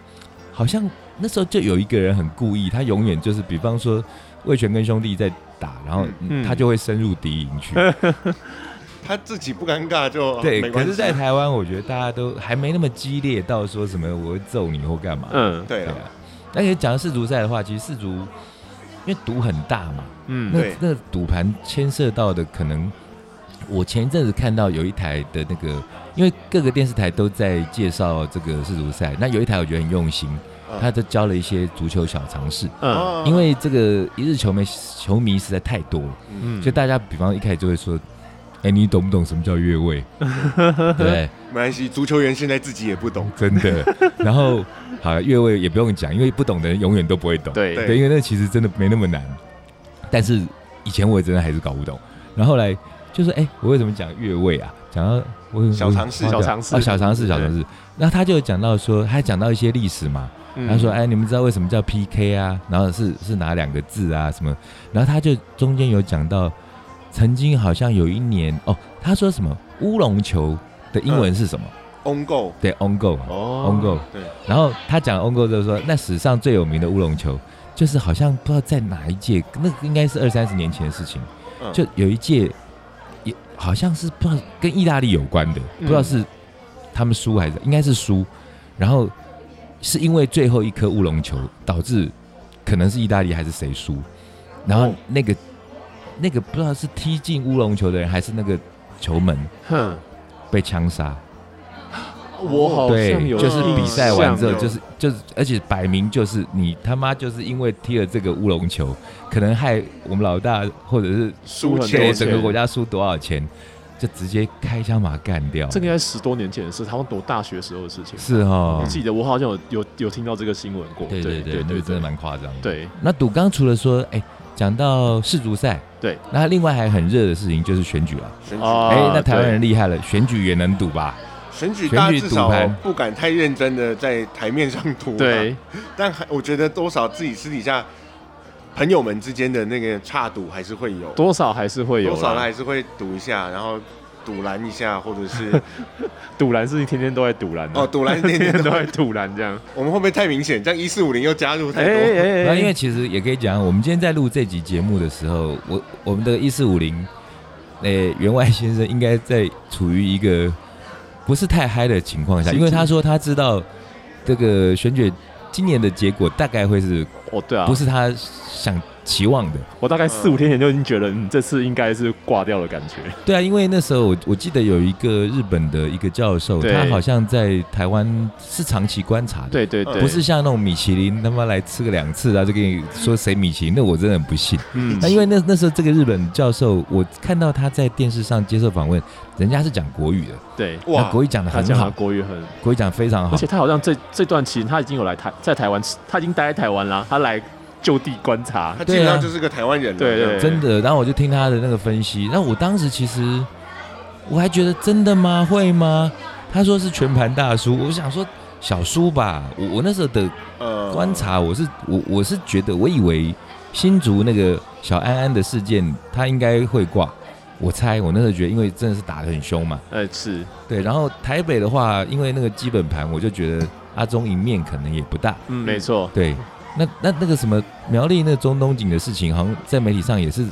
Speaker 3: 好像那时候就有一个人很故意，他永远就是比方说魏权跟兄弟在打，然后
Speaker 2: 嗯
Speaker 3: 他就会深入敌营 去。
Speaker 1: 他自己不尴尬就
Speaker 3: 对，
Speaker 1: 没
Speaker 3: 可
Speaker 1: 关
Speaker 3: 是，
Speaker 1: 系，
Speaker 3: 在台湾，我觉得大家都还没那么激烈到说什么我会揍你或干嘛。
Speaker 2: 嗯
Speaker 1: 对
Speaker 3: 对
Speaker 1: 了
Speaker 3: 啊。那你讲到世足赛的话，其实世足因为赌很大嘛，
Speaker 2: 嗯
Speaker 3: 那
Speaker 1: 对
Speaker 3: 那赌盘牵涉到的可能，我前一阵子看到有一台的那个，因为各个电视台都在介绍这个世足赛，那有一台我觉得很用心，
Speaker 1: 嗯
Speaker 3: 他都教了一些足球小常识。
Speaker 2: 嗯
Speaker 1: 啊
Speaker 3: 因为这个一日球迷球迷实在太多了，
Speaker 2: 嗯，
Speaker 3: 所以大家比方一开始就会说，哎、你懂不懂什么叫越位？对不对？
Speaker 1: 没关系，足球员现在自己也不懂，
Speaker 3: 真的。然后好，越位也不用讲，因为不懂的人永远都不会懂。
Speaker 2: 对
Speaker 1: 对
Speaker 3: 对，因为那其实真的没那么难，但是以前我也真的还是搞不懂。然后后来就说，哎、我为什么讲越位啊？讲到我
Speaker 1: 小常识
Speaker 3: 我
Speaker 2: 小常识
Speaker 3: 哦，小常识，小常识。那他就讲到说，他讲到一些历史嘛，
Speaker 2: 嗯
Speaker 3: 他说，哎、你们知道为什么叫 PK 啊？然后是是哪两个字啊？什么？然后他就中间有讲到，曾经好像有一年哦，他说什么乌龙球的英文是什么？
Speaker 1: On Go
Speaker 3: 对，ongo 嘛
Speaker 2: 哦
Speaker 3: ，ongo。
Speaker 1: 对，
Speaker 3: 然后他讲 ongo 就说，那史上最有名的乌龙球，就是好像不知道在哪一届，那个应该是二三十年前的事情，
Speaker 1: 嗯
Speaker 3: 就有一届也好像是不知道跟意大利有关的，
Speaker 2: 嗯
Speaker 3: 不知道是他们输还是应该是输，然后是因为最后一颗乌龙球导致可能是意大利还是谁输，然后
Speaker 1: 哦
Speaker 3: 那个、那个不知道是踢进乌龙球的人还是那个球门
Speaker 2: 哼，
Speaker 3: 被枪杀，
Speaker 2: 我好
Speaker 3: 对
Speaker 2: 像，有哦
Speaker 3: 就是比赛完之后
Speaker 1: 印象
Speaker 3: 就是就是，而且摆明就是你他妈就是因为踢了这个乌龙球，可能害我们老大或者是
Speaker 1: 输
Speaker 2: 很多
Speaker 1: 钱
Speaker 3: 对
Speaker 2: 钱
Speaker 3: 整个国家输多少钱，就直接开枪把他干掉。
Speaker 2: 这个应该十多年前的事，他们读大学时候的事情。
Speaker 3: 是哦
Speaker 2: 我，记得我好像有有有听到这个新闻过，
Speaker 3: 对
Speaker 2: 对
Speaker 3: 对，那
Speaker 2: 对
Speaker 3: 个真的蛮夸张的。
Speaker 2: 对，
Speaker 3: 那赌刚除了说，哎，讲到世足赛，
Speaker 2: 对，
Speaker 3: 那另外还很热的事情就是选举了。
Speaker 1: 选举
Speaker 2: 哦
Speaker 3: 哎，那
Speaker 2: 对
Speaker 3: 台湾人厉害了，选举也能赌吧？
Speaker 1: 选举
Speaker 3: 选举
Speaker 1: 大家至少
Speaker 3: 赌盘
Speaker 1: 不敢太认真的在台面上赌，
Speaker 2: 对，
Speaker 1: 但还我觉得多少自己私底下朋友们之间的那个差赌还是会有，
Speaker 2: 多少还是会有
Speaker 1: 多
Speaker 2: 啦。
Speaker 1: 少人还是会赌一下，然后赌拦一下，或者 是
Speaker 2: 赌篮是天天都在赌篮
Speaker 1: 哦赌篮天
Speaker 2: 天天
Speaker 1: 天都
Speaker 2: 都在
Speaker 1: 在
Speaker 2: 赌篮 这样。
Speaker 1: 我们会不会太明显？这样一四五零又加入太
Speaker 3: 哎
Speaker 1: 多，
Speaker 2: 哎
Speaker 3: 那因为其实也可以讲，我们今天在录这集节目的时候，我我们的一四五零，诶，员外先生应该在处于一个不是太嗨的情况下，
Speaker 2: 心
Speaker 3: 因
Speaker 2: 情
Speaker 3: 为他说他知道这个选举今年的结果大概会是
Speaker 2: 哦对啊，
Speaker 3: 不是他想期望的。
Speaker 2: 我大概四五天前就已经觉得，嗯，这次应该是挂掉的感觉。
Speaker 3: 对啊，因为那时候我我记得有一个日本的一个教授，
Speaker 2: 对
Speaker 3: 他好像在台湾是长期观察的，
Speaker 2: 对对对，
Speaker 1: 对
Speaker 3: 不是像那种米其林他妈来吃个两次，然后啊就跟你说谁米其林，那我真的很不信。
Speaker 2: 嗯
Speaker 3: 那因为那那时候这个日本教授，我看到他在电视上接受访问，人家是讲国语的，
Speaker 2: 对，
Speaker 3: 那
Speaker 1: 哇，
Speaker 3: 国语讲的
Speaker 2: 他
Speaker 3: 很
Speaker 2: 讲他
Speaker 3: 好，
Speaker 2: 国语很，
Speaker 3: 国语讲得非常好
Speaker 2: 而且。他好像这这段期间他已经有来台，在台湾，他已经待在台湾啦，他来就地观察
Speaker 1: 他。基本
Speaker 3: 对
Speaker 1: 上
Speaker 3: 啊
Speaker 1: 就是个台湾人了，
Speaker 2: 对对
Speaker 1: 这样
Speaker 3: 真的，然后我就听他的那个分析，那我当时其实我还觉得真的吗？会吗？他说是全盘大叔，我想说小叔吧，我我那时候的
Speaker 1: 呃
Speaker 3: 观察，我是我我是觉得，我以为新竹那个小安安的事件，他应该会挂，我猜我那时候觉得，因为真的是打得很凶嘛，
Speaker 2: 呃，是，
Speaker 3: 对，然后台北的话，因为那个基本盘，我就觉得阿中赢面可能也不大。
Speaker 2: 嗯，没错，
Speaker 3: 对，那那那个什么苗栗那个中东锦的事情，好像在媒体上也是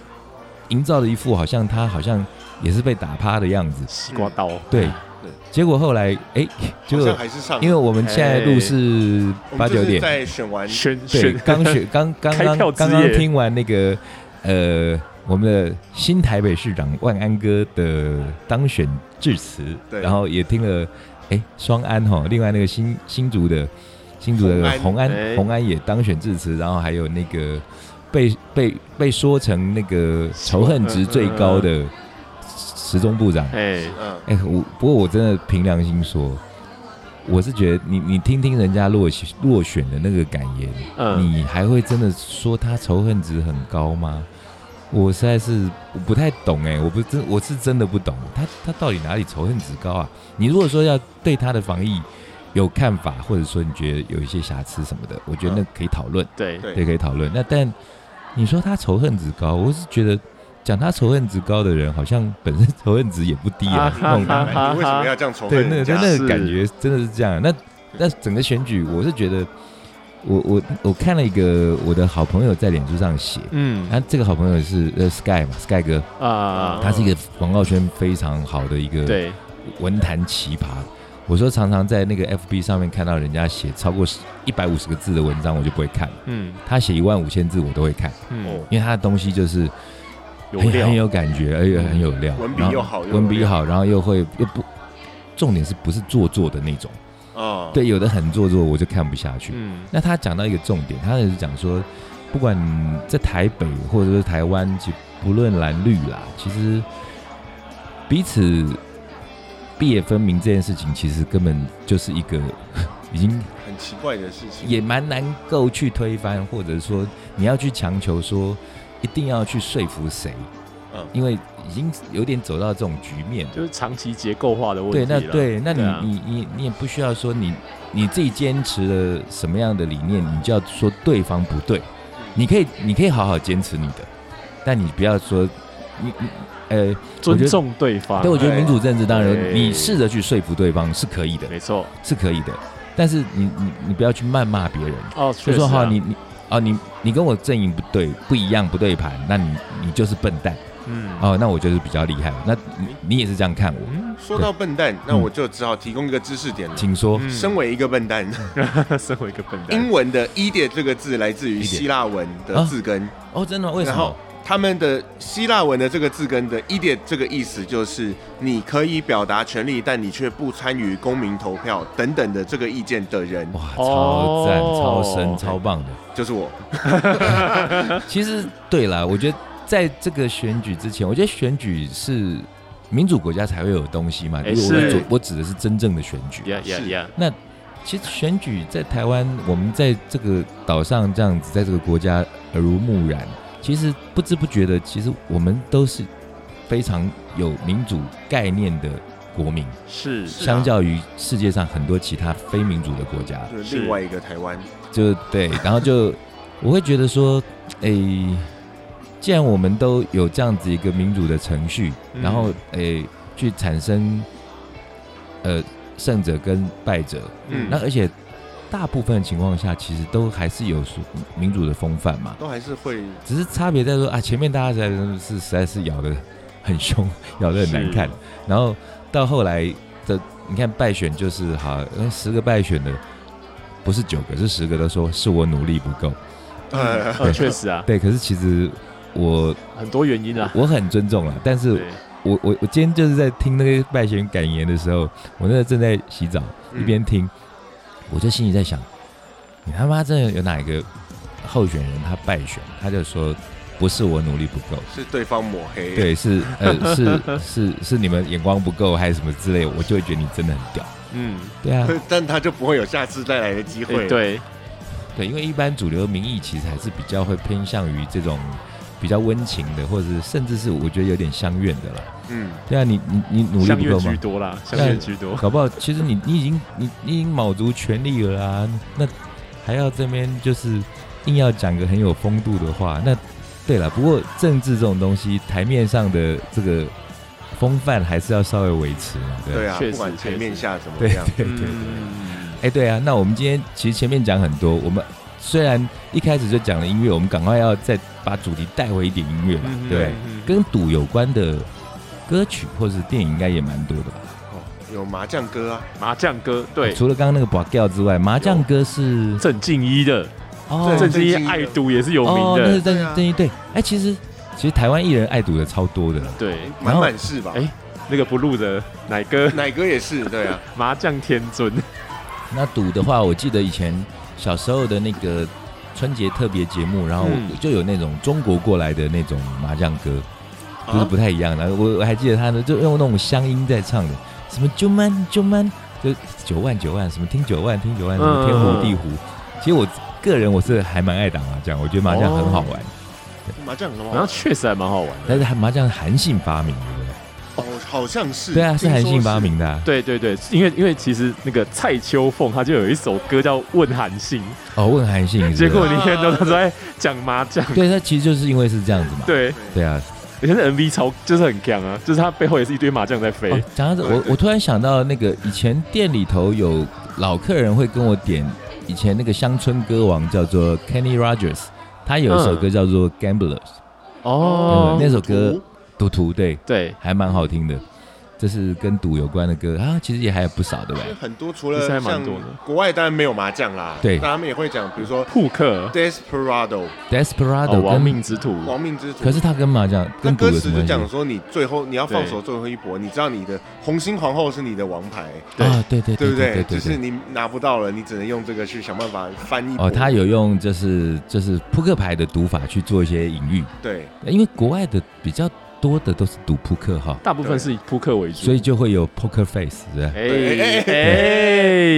Speaker 3: 营造了一副好像他好像也是被打趴的样子。
Speaker 2: 西瓜刀。
Speaker 3: 对，结果后来哎，结
Speaker 1: 嗯好像哎
Speaker 3: 果
Speaker 1: 还是上，
Speaker 3: 因为我们现在录是
Speaker 1: 我
Speaker 3: 八
Speaker 1: 们就
Speaker 3: 九
Speaker 1: 是
Speaker 3: 点，
Speaker 1: 在选完
Speaker 2: 选
Speaker 3: 对，
Speaker 2: 选
Speaker 3: 刚选刚刚
Speaker 2: 开
Speaker 3: 刚
Speaker 2: 票
Speaker 3: 刚
Speaker 2: 之夜
Speaker 3: 刚听完那个呃我们的新台北市长万安哥的当选致辞，
Speaker 1: 对
Speaker 3: 然后也听了哎双安哈，另外那个新新竹的新竹
Speaker 1: 红
Speaker 3: 的
Speaker 1: 安
Speaker 3: 红安
Speaker 2: 哎
Speaker 3: 红安也当选致辞，然后还有那个被被被说成那个仇恨值最高的时钟部长，
Speaker 2: 哎，
Speaker 1: 嗯
Speaker 3: 哎、我不过我真的凭良心说，我是觉得你你听听人家落选落选的那个感言，
Speaker 2: 嗯，
Speaker 3: 你还会真的说他仇恨值很高吗？我实在是我不太懂哎、我不真我是真的不懂他他到底哪里仇恨值高啊？你如果说要对他的防疫有看法，或者说你觉得有一些瑕疵什么的，我觉得那可以讨论，
Speaker 2: 对，
Speaker 1: 对
Speaker 3: 对，可以讨论。那但你说他仇恨值高，我是觉得讲他仇恨值高的人，好像本身仇恨值也不低啊，那种
Speaker 2: 哈哈
Speaker 1: 你为什么要这样仇
Speaker 3: 对，
Speaker 1: 恨
Speaker 3: 那
Speaker 1: 人
Speaker 3: 个
Speaker 1: 家？
Speaker 3: 那
Speaker 2: 是
Speaker 3: 个感觉真的是这样。那那整个选举，我是觉得，我我我看了一个我的好朋友在脸书上写，
Speaker 2: 嗯
Speaker 3: 他这个好朋友是呃 Sky 嘛，Sky 哥，
Speaker 1: 嗯
Speaker 2: 啊，
Speaker 3: 他是一个广告圈非常好的一个
Speaker 2: 对，
Speaker 3: 文坛奇葩。我说常常在那个 FB 上面看到人家写超过一百五十个字的文章，我就不会看了。
Speaker 2: 嗯
Speaker 3: 他写一万五千字我都会看，
Speaker 2: 嗯，
Speaker 3: 因为他的东西就是
Speaker 2: 有
Speaker 3: 很很
Speaker 2: 料，
Speaker 3: 有感觉，而且很有料，
Speaker 1: 文笔
Speaker 3: 然后
Speaker 1: 又好又有
Speaker 3: 文笔又
Speaker 1: 料
Speaker 3: 好，然后又会又不，重点是不是做作的那种。
Speaker 1: 哦，
Speaker 3: 对，有的很做作，我就看不下去。
Speaker 2: 嗯
Speaker 3: 那他讲到一个重点，他也是讲说，不管在台北或者是台湾，其实不论蓝绿啦，其实彼此毕业分明这件事情，其实根本就是一个 已经
Speaker 1: 很奇怪的事情，
Speaker 3: 也蛮难够去推翻，或者说你要去强求说一定要去说服谁，
Speaker 1: 嗯
Speaker 3: 因为已经有点走到这种局面了。
Speaker 2: 就是长期结构化的问
Speaker 3: 对，
Speaker 2: 题
Speaker 3: 那
Speaker 2: 啦
Speaker 3: 对，那你、
Speaker 2: 对啊
Speaker 3: 你你你也不需要说你你自己坚持了什么样的理念，你就要说对方不对。你可以你可以好好坚持你的，但你不要说你你呃，我觉
Speaker 2: 尊
Speaker 3: 得
Speaker 2: 重对方啊
Speaker 3: 对，，我觉得民主政治当
Speaker 2: 对
Speaker 3: 然你试着去说服对方是可以的，
Speaker 2: 没错。
Speaker 3: 是可以的，但是你你你不要去谩骂别人，
Speaker 2: 哦，
Speaker 3: 就
Speaker 2: 确实
Speaker 3: 说
Speaker 2: 啊
Speaker 3: 哈你你啊你你跟我阵营不对不一样不对盘，那你你就是笨蛋
Speaker 2: 嗯，
Speaker 3: 哦，那我就是比较厉害，那你你也是这样看我，
Speaker 2: 嗯，
Speaker 1: 说到笨蛋，那我就只好提供一个知识点了。
Speaker 3: 请说，
Speaker 2: 嗯
Speaker 1: 身为一个笨蛋，
Speaker 2: 身为一个笨蛋
Speaker 1: 英，文的 “idiot” 这个字来自于
Speaker 3: idiot
Speaker 1: 希腊文的字根，
Speaker 3: 哦，真的吗？为什
Speaker 1: 然后
Speaker 3: 么？
Speaker 1: 他们的希腊文的这个字根的 “idiot” 这个意思就是你可以表达权利，但你却不参与公民投票等等的这个意见的人，
Speaker 3: 哇，超
Speaker 2: 哦
Speaker 3: 赞、超深、超棒的。
Speaker 1: 就是我。
Speaker 3: 其实对啦，我觉得在这个选举之前，我觉得选举是民主国家才会有东西嘛。
Speaker 2: 哎
Speaker 3: 如果我
Speaker 1: 是
Speaker 3: 指我指的是真正的选举，
Speaker 2: 呀呀
Speaker 1: 是
Speaker 2: 呀，
Speaker 3: 其实选举在台湾，我们在这个岛上这样子，在这个国家耳濡目染，其实不知不觉的，其实我们都是非常有民主概念的国民，
Speaker 2: 是
Speaker 1: 是啊
Speaker 3: 相较于世界上很多其他非民主的国家。
Speaker 1: 就是
Speaker 2: 是
Speaker 1: 另外一个台湾，
Speaker 3: 就对，然后就我会觉得说，诶、既然我们都有这样子一个民主的程序，
Speaker 2: 嗯
Speaker 3: 然后诶、去产生呃胜者跟败者，
Speaker 1: 嗯
Speaker 3: 那而且大部分情况下其实都还是有属民主的风范嘛，
Speaker 1: 都还是会
Speaker 3: 只是差别在说啊，前面大家实在是实在是咬的很凶，咬的很难看
Speaker 2: 是，
Speaker 3: 然后到后来的你看败选就是好，呃十个败选的不是九个，是十个都说是我努力不够，嗯
Speaker 1: 呃
Speaker 2: 呃，确实啊，
Speaker 3: 对，可是其实我
Speaker 2: 很多原因啊，
Speaker 3: 我很尊重了，但是
Speaker 2: 对，
Speaker 3: 我我我今天就是在听那个败选感言的时候，我那时候正在洗澡，
Speaker 1: 嗯
Speaker 3: 一边听，
Speaker 2: 嗯
Speaker 3: 我就心里在想，你他妈真的有哪一个候选人他败选，他就说不是我努力不够。
Speaker 1: 是对方抹黑，，
Speaker 3: 对，是呃，是是是你们眼光不够，还是什么之类，我就会觉得你真的很屌。
Speaker 2: 嗯，
Speaker 3: 对啊，
Speaker 1: 但他就不会有下次再来的机会。
Speaker 2: 哎，对，
Speaker 3: 对，因为一般主流民意其实还是比较会偏向于这种比较温情的，或者是甚至是我觉得有点相怨的啦。
Speaker 1: 嗯，
Speaker 3: 对啊，你你你努力
Speaker 2: 相
Speaker 3: 不
Speaker 2: 约
Speaker 3: 够吗
Speaker 2: 居？多啦，相
Speaker 3: 那
Speaker 2: 约居多，
Speaker 3: 搞不好其实你你已经你你已经卯足全力了啊，那还要这边就是硬要讲个很有风度的话，那对了。不过政治这种东西，台面上的这个风范还是要稍微维持嘛，对啊
Speaker 1: 对啊，
Speaker 2: 确实
Speaker 1: 不管台面下怎么
Speaker 3: 对
Speaker 1: 样，
Speaker 3: 对对对。
Speaker 2: 嗯，
Speaker 3: 哎、对啊，那我们今天其实前面讲很多，我们虽然一开始就讲了音乐，我们赶快要再把主题带回一点音乐嘛，
Speaker 2: 嗯
Speaker 3: 对，，
Speaker 2: 嗯
Speaker 3: 跟赌有关的歌曲或者是电影应该也蛮多的吧？
Speaker 1: 哦有麻将歌啊，
Speaker 2: 麻将歌，对，
Speaker 3: 除了刚刚那个 b a 之外，麻将歌是
Speaker 2: 郑敬一的，
Speaker 3: 哦
Speaker 2: 郑敬
Speaker 1: 郑
Speaker 2: 一
Speaker 1: 敬一的
Speaker 2: 爱赌也是有名
Speaker 3: 哦，那是
Speaker 2: 的，
Speaker 3: 郑
Speaker 1: 对啊
Speaker 3: 郑一对。哎、其实其实台湾艺人爱赌的超多的啦，
Speaker 2: 对，
Speaker 1: 满满是吧？
Speaker 2: 哎那个不录的奶哥
Speaker 1: 奶哥也是，对啊，
Speaker 2: 麻将天尊，
Speaker 3: 那赌的话，我记得以前小时候的那个春节特别节目，然后
Speaker 2: 嗯
Speaker 3: 我就有那种中国过来的那种麻将歌。
Speaker 2: 啊
Speaker 3: 就是不太一样的。我我还记得他呢，就用那种乡音在唱的，什么九万九万，就九万九万，什么听九万听九万，什么天
Speaker 2: 嗯
Speaker 3: 胡地胡。其实我个人我是还蛮爱打麻将，我觉得麻将很好玩，
Speaker 1: 啊
Speaker 2: 哦
Speaker 1: 麻将什么
Speaker 2: 然后？确实还蛮好玩的，
Speaker 3: 但是还麻将韩信发明的，
Speaker 2: 嗯
Speaker 3: 对不
Speaker 1: 哦，好像是，
Speaker 3: 对？对啊，是
Speaker 1: 听说
Speaker 3: 韩信发。明的、啊。
Speaker 2: 对对对，因为因为其实那个蔡秋凤她就有一首歌叫《问韩信
Speaker 3: 哦，问韩信是不》，是，
Speaker 2: 结果你看到她都在讲麻将，
Speaker 3: 对他其实就是因为是这样子嘛。
Speaker 2: 对，
Speaker 3: 对啊，
Speaker 2: 而且那 MV 超就是很强啊，就是她背后也是一堆麻将在飞
Speaker 3: 哦，讲到这，我我突然想到那个以前店里头有老客人会跟我点以前那个乡村歌王叫做 Kenny Rogers，他有一首
Speaker 2: 嗯
Speaker 3: 歌叫做 Gambler。嗯
Speaker 2: 哦
Speaker 3: 那首歌赌徒对，
Speaker 2: 对，
Speaker 3: 还蛮好听的。这是跟赌有关的歌啊，其实也还有不少，对不
Speaker 1: 其实
Speaker 3: 对？
Speaker 1: 很多，除
Speaker 2: 其
Speaker 1: 了
Speaker 2: 实还
Speaker 1: 像
Speaker 2: 蛮多的
Speaker 1: 国外当然没有麻将啦，
Speaker 3: 对
Speaker 1: 那他们也会讲，比如说
Speaker 2: 扑克
Speaker 1: Desperado
Speaker 3: Desperado
Speaker 2: 哦，亡命
Speaker 3: 跟，
Speaker 2: 之徒，
Speaker 1: 亡命之徒
Speaker 3: 嗯可。是他跟麻将
Speaker 1: 那
Speaker 3: 跟赌
Speaker 1: 歌
Speaker 3: 有什
Speaker 1: 词就
Speaker 3: 么
Speaker 1: 讲
Speaker 3: 关
Speaker 1: 说，你最后你要放手最后一搏，你知道你的红心皇后是你的王牌，
Speaker 3: 系？啊，对对
Speaker 1: 对不
Speaker 3: 对
Speaker 1: 对？
Speaker 3: 对
Speaker 1: 就是
Speaker 3: 对。
Speaker 1: 你拿不到了，你只能用这个去想办法翻一
Speaker 3: 哦，
Speaker 1: 搏
Speaker 3: 他有用就是就是扑克牌的赌法去做一些隐喻，
Speaker 1: 对
Speaker 3: 因为国外的比较多的都是赌扑克哈，
Speaker 2: 大部分是以
Speaker 1: 啊
Speaker 2: 扑克为主，
Speaker 3: 所以就会有 poker face，对不
Speaker 2: 哎
Speaker 1: 对
Speaker 3: 对
Speaker 2: 哎，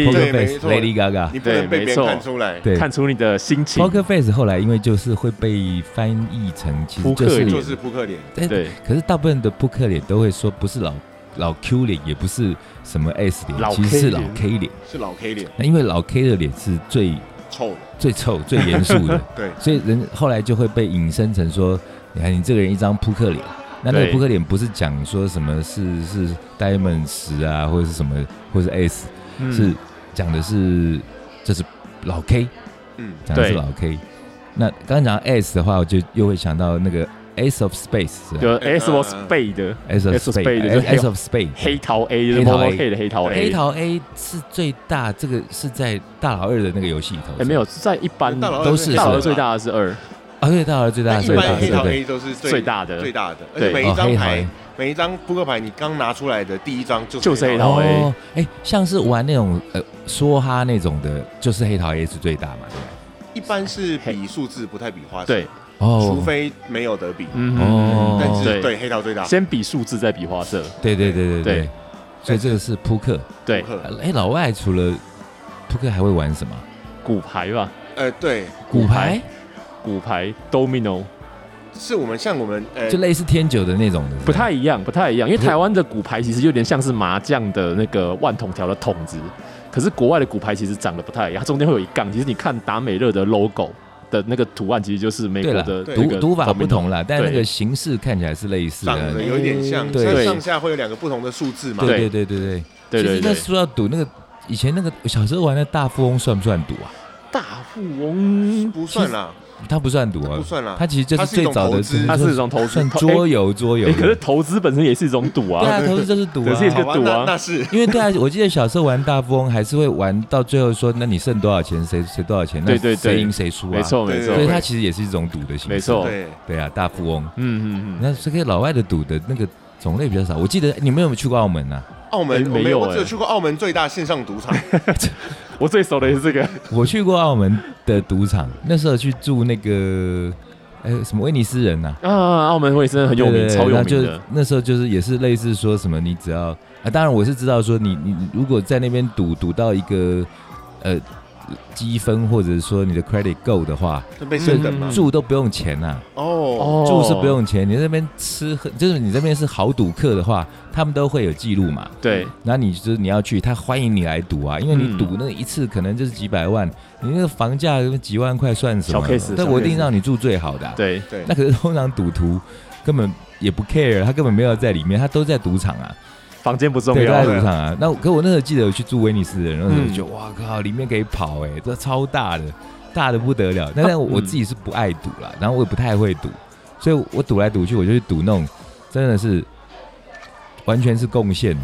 Speaker 3: ？poker
Speaker 1: 没
Speaker 3: face
Speaker 1: 错
Speaker 3: Lady Gaga，
Speaker 1: 你不能被
Speaker 2: 对
Speaker 1: 别
Speaker 2: 没
Speaker 1: 人
Speaker 2: 错
Speaker 1: 看出来，
Speaker 3: 对
Speaker 2: 看出你的心情，
Speaker 3: ，poker face 后来因为就是会被翻译成其实
Speaker 2: 扑克
Speaker 3: 就是
Speaker 2: 脸
Speaker 1: 就是扑克脸，
Speaker 3: 哎
Speaker 2: 对，
Speaker 3: 可是大部分的扑克脸都会说不是老老 Q 脸，也不是什么 S 脸，
Speaker 2: 老
Speaker 3: 其实是
Speaker 2: K
Speaker 3: 老
Speaker 2: 脸
Speaker 3: K 脸。
Speaker 1: 是老 K 脸，
Speaker 3: 那因为老 K 的脸是最
Speaker 1: 臭的，
Speaker 3: 最臭、最 严肃的，
Speaker 1: 对
Speaker 3: 哎所以人后来就会被引申成说，你看你这个人一张扑克脸，那那个
Speaker 2: 对
Speaker 3: 扑克脸不是讲说什么是是 diamond 十啊，或者是什么，或者是 S，、
Speaker 2: 嗯
Speaker 3: 是讲的是这是老 K，
Speaker 1: 嗯
Speaker 3: 讲的是
Speaker 2: 对
Speaker 3: 老 K。那刚刚讲到 S 的话，我就又会想到那个 S of Space，是吧
Speaker 2: 就 S
Speaker 1: 嗯
Speaker 2: of Spade 的
Speaker 3: S of
Speaker 2: Ace of Spade，就是
Speaker 3: Space，S of Space，
Speaker 2: 黑桃 A，就是
Speaker 3: 黑
Speaker 2: m o
Speaker 3: 桃
Speaker 2: n o
Speaker 3: A
Speaker 2: K 的黑桃 A。
Speaker 3: 黑桃 A 是最大，这个是在大佬二的那个游戏里头。
Speaker 2: 哎，没有，在一般
Speaker 1: 大佬
Speaker 3: 都是
Speaker 2: 大
Speaker 3: 是
Speaker 2: 佬
Speaker 3: 吧
Speaker 2: 最大的是二，
Speaker 3: 啊，对，大佬二最大，
Speaker 1: 那一
Speaker 3: 最大，
Speaker 1: 般黑
Speaker 3: 最
Speaker 1: 桃
Speaker 3: 大。
Speaker 1: 黑都是
Speaker 2: 最
Speaker 1: 最
Speaker 2: 大的
Speaker 1: 最大的，而
Speaker 2: 对
Speaker 1: 且每一
Speaker 3: 哦，
Speaker 1: 张
Speaker 3: 黑桃
Speaker 1: 牌
Speaker 3: A，
Speaker 1: 每一张扑克牌，你刚拿出来的第一张就是
Speaker 2: 就是黑桃 A
Speaker 3: 哦，哎，像是玩那种呃梭哈那种的，就是黑桃 A 是最大嘛，对不
Speaker 1: 一般是比数字，不太比花色
Speaker 2: 对，，
Speaker 3: 对？哦，
Speaker 1: 除非没有得比，
Speaker 2: 嗯
Speaker 3: 哦
Speaker 1: 但是
Speaker 2: 嗯对，
Speaker 1: 对黑桃最大。
Speaker 2: 先比数字再比花色，
Speaker 3: 对对对对
Speaker 2: 对
Speaker 3: 对，所以这个是扑克。
Speaker 2: 对
Speaker 1: 扑，克
Speaker 3: 呃哎，老外除了扑克还会玩什么？
Speaker 2: 骨牌吧，
Speaker 1: 呃，对，
Speaker 2: 骨
Speaker 3: 骨
Speaker 2: 牌
Speaker 3: 牌，
Speaker 2: 骨牌 Domino
Speaker 1: 是我们像我们呃
Speaker 3: 就，类似天九的那种的，
Speaker 2: 不太一样，不太一样，因为
Speaker 3: 不是
Speaker 2: 台湾的骨
Speaker 3: 嗯
Speaker 2: 牌其实有点像是麻将的那个万筒条的筒子，可是国外的骨牌其实长得不太一样，它中间会有一杠，其实你看达美乐的 logo 的那个图案，其实就是美国
Speaker 3: 对啦
Speaker 2: 的
Speaker 1: 对
Speaker 2: 那
Speaker 3: 读
Speaker 2: 个
Speaker 3: 读法不
Speaker 2: Domino
Speaker 3: 同啦，但
Speaker 2: 对
Speaker 3: 那个形式看起来是类似
Speaker 1: 长
Speaker 3: 的
Speaker 1: 得。有点像，
Speaker 3: 对
Speaker 1: 像上下会有两个不同的数字嘛。
Speaker 3: 对对对对对。
Speaker 2: 对对
Speaker 3: 其实那
Speaker 2: 对，
Speaker 3: 说到赌那个，以前那个小时候玩的大富翁算不算赌啊？
Speaker 2: 大富翁，
Speaker 1: 不算啦，
Speaker 3: 它不算赌啊
Speaker 1: 不，算啦
Speaker 3: 它。其实就
Speaker 1: 它
Speaker 3: 是
Speaker 1: 是一
Speaker 3: 最
Speaker 1: 种
Speaker 3: 早的
Speaker 1: 投资，
Speaker 2: 它是一种投资，
Speaker 3: 算
Speaker 2: 投
Speaker 3: 桌游桌游
Speaker 2: 哎、
Speaker 3: 的。
Speaker 2: 可是投资本身也是一种赌
Speaker 3: 对
Speaker 2: 啊，
Speaker 3: 啊，投资就是赌
Speaker 2: 可是也
Speaker 1: 好
Speaker 3: 啊。
Speaker 1: 吧，
Speaker 2: 赌啊
Speaker 1: 那那是
Speaker 3: 因为对啊，我记得小时候玩大富翁还是会玩到最后说，那你剩多少钱，谁谁多少钱，那
Speaker 2: 对对对
Speaker 3: 谁赢谁输啊？
Speaker 2: 没，错没错
Speaker 3: 所以它
Speaker 1: 对
Speaker 3: 其实也是一种赌的形式。
Speaker 2: 没错，
Speaker 1: 对，
Speaker 3: 对啊，大富翁。
Speaker 2: 嗯嗯嗯，
Speaker 3: 那这个老外的赌的那个种类比较少。我记得你们有没有去过澳门啊？
Speaker 1: 澳门
Speaker 2: 哎
Speaker 1: 我
Speaker 2: 没有
Speaker 1: 我
Speaker 2: 哎
Speaker 1: 只有去过澳门最大线上赌 场，
Speaker 2: 我最熟的是这个，啊
Speaker 3: 我去过澳门的赌场，那时候去住那个呃什么威尼斯人呐、啊。
Speaker 2: 啊，澳门卫生很有
Speaker 3: 对
Speaker 2: 名，
Speaker 3: 对
Speaker 2: 超有
Speaker 3: 那
Speaker 2: 名
Speaker 3: 就
Speaker 2: 的，
Speaker 3: 那时候就是也是类似说什么，你只要啊，当然我是知道说你你你如果在那边赌赌到一个呃积分或者说你的 credit 够的话，
Speaker 1: 被升等嘛
Speaker 2: 嗯。
Speaker 3: 住都不用钱呐、
Speaker 1: 哦，
Speaker 2: 哦
Speaker 3: 住是不，用钱。你在那边吃喝，就是你这边是豪赌客的话，他们都会有记录嘛。
Speaker 2: 对，
Speaker 3: 然后你就是你要去，他欢迎你来赌啊，因为你
Speaker 2: 嗯
Speaker 3: 赌那一次可能就是几百万，你那个房价几万块算什么
Speaker 2: 小 case，
Speaker 3: 但
Speaker 2: 小
Speaker 3: 我一定
Speaker 2: case
Speaker 3: 让你住最好的啊、
Speaker 2: 对，
Speaker 1: 对
Speaker 3: 那，可是通常赌徒根本也不 care，他根本没有在里面，他都在赌场啊，
Speaker 2: 房间不重
Speaker 3: 对，都在
Speaker 2: 要，
Speaker 3: 赌场啊。那我可我那时候记得我去住威尼斯的，然后我
Speaker 2: 嗯
Speaker 3: 就觉得哇靠，里面可以跑哎、这超大的，大的不得了。但但我
Speaker 2: 嗯
Speaker 3: 我自己是不爱赌啦，然后我也不太会赌，所以我赌来赌去，我就去赌那种真的是完全是贡献的，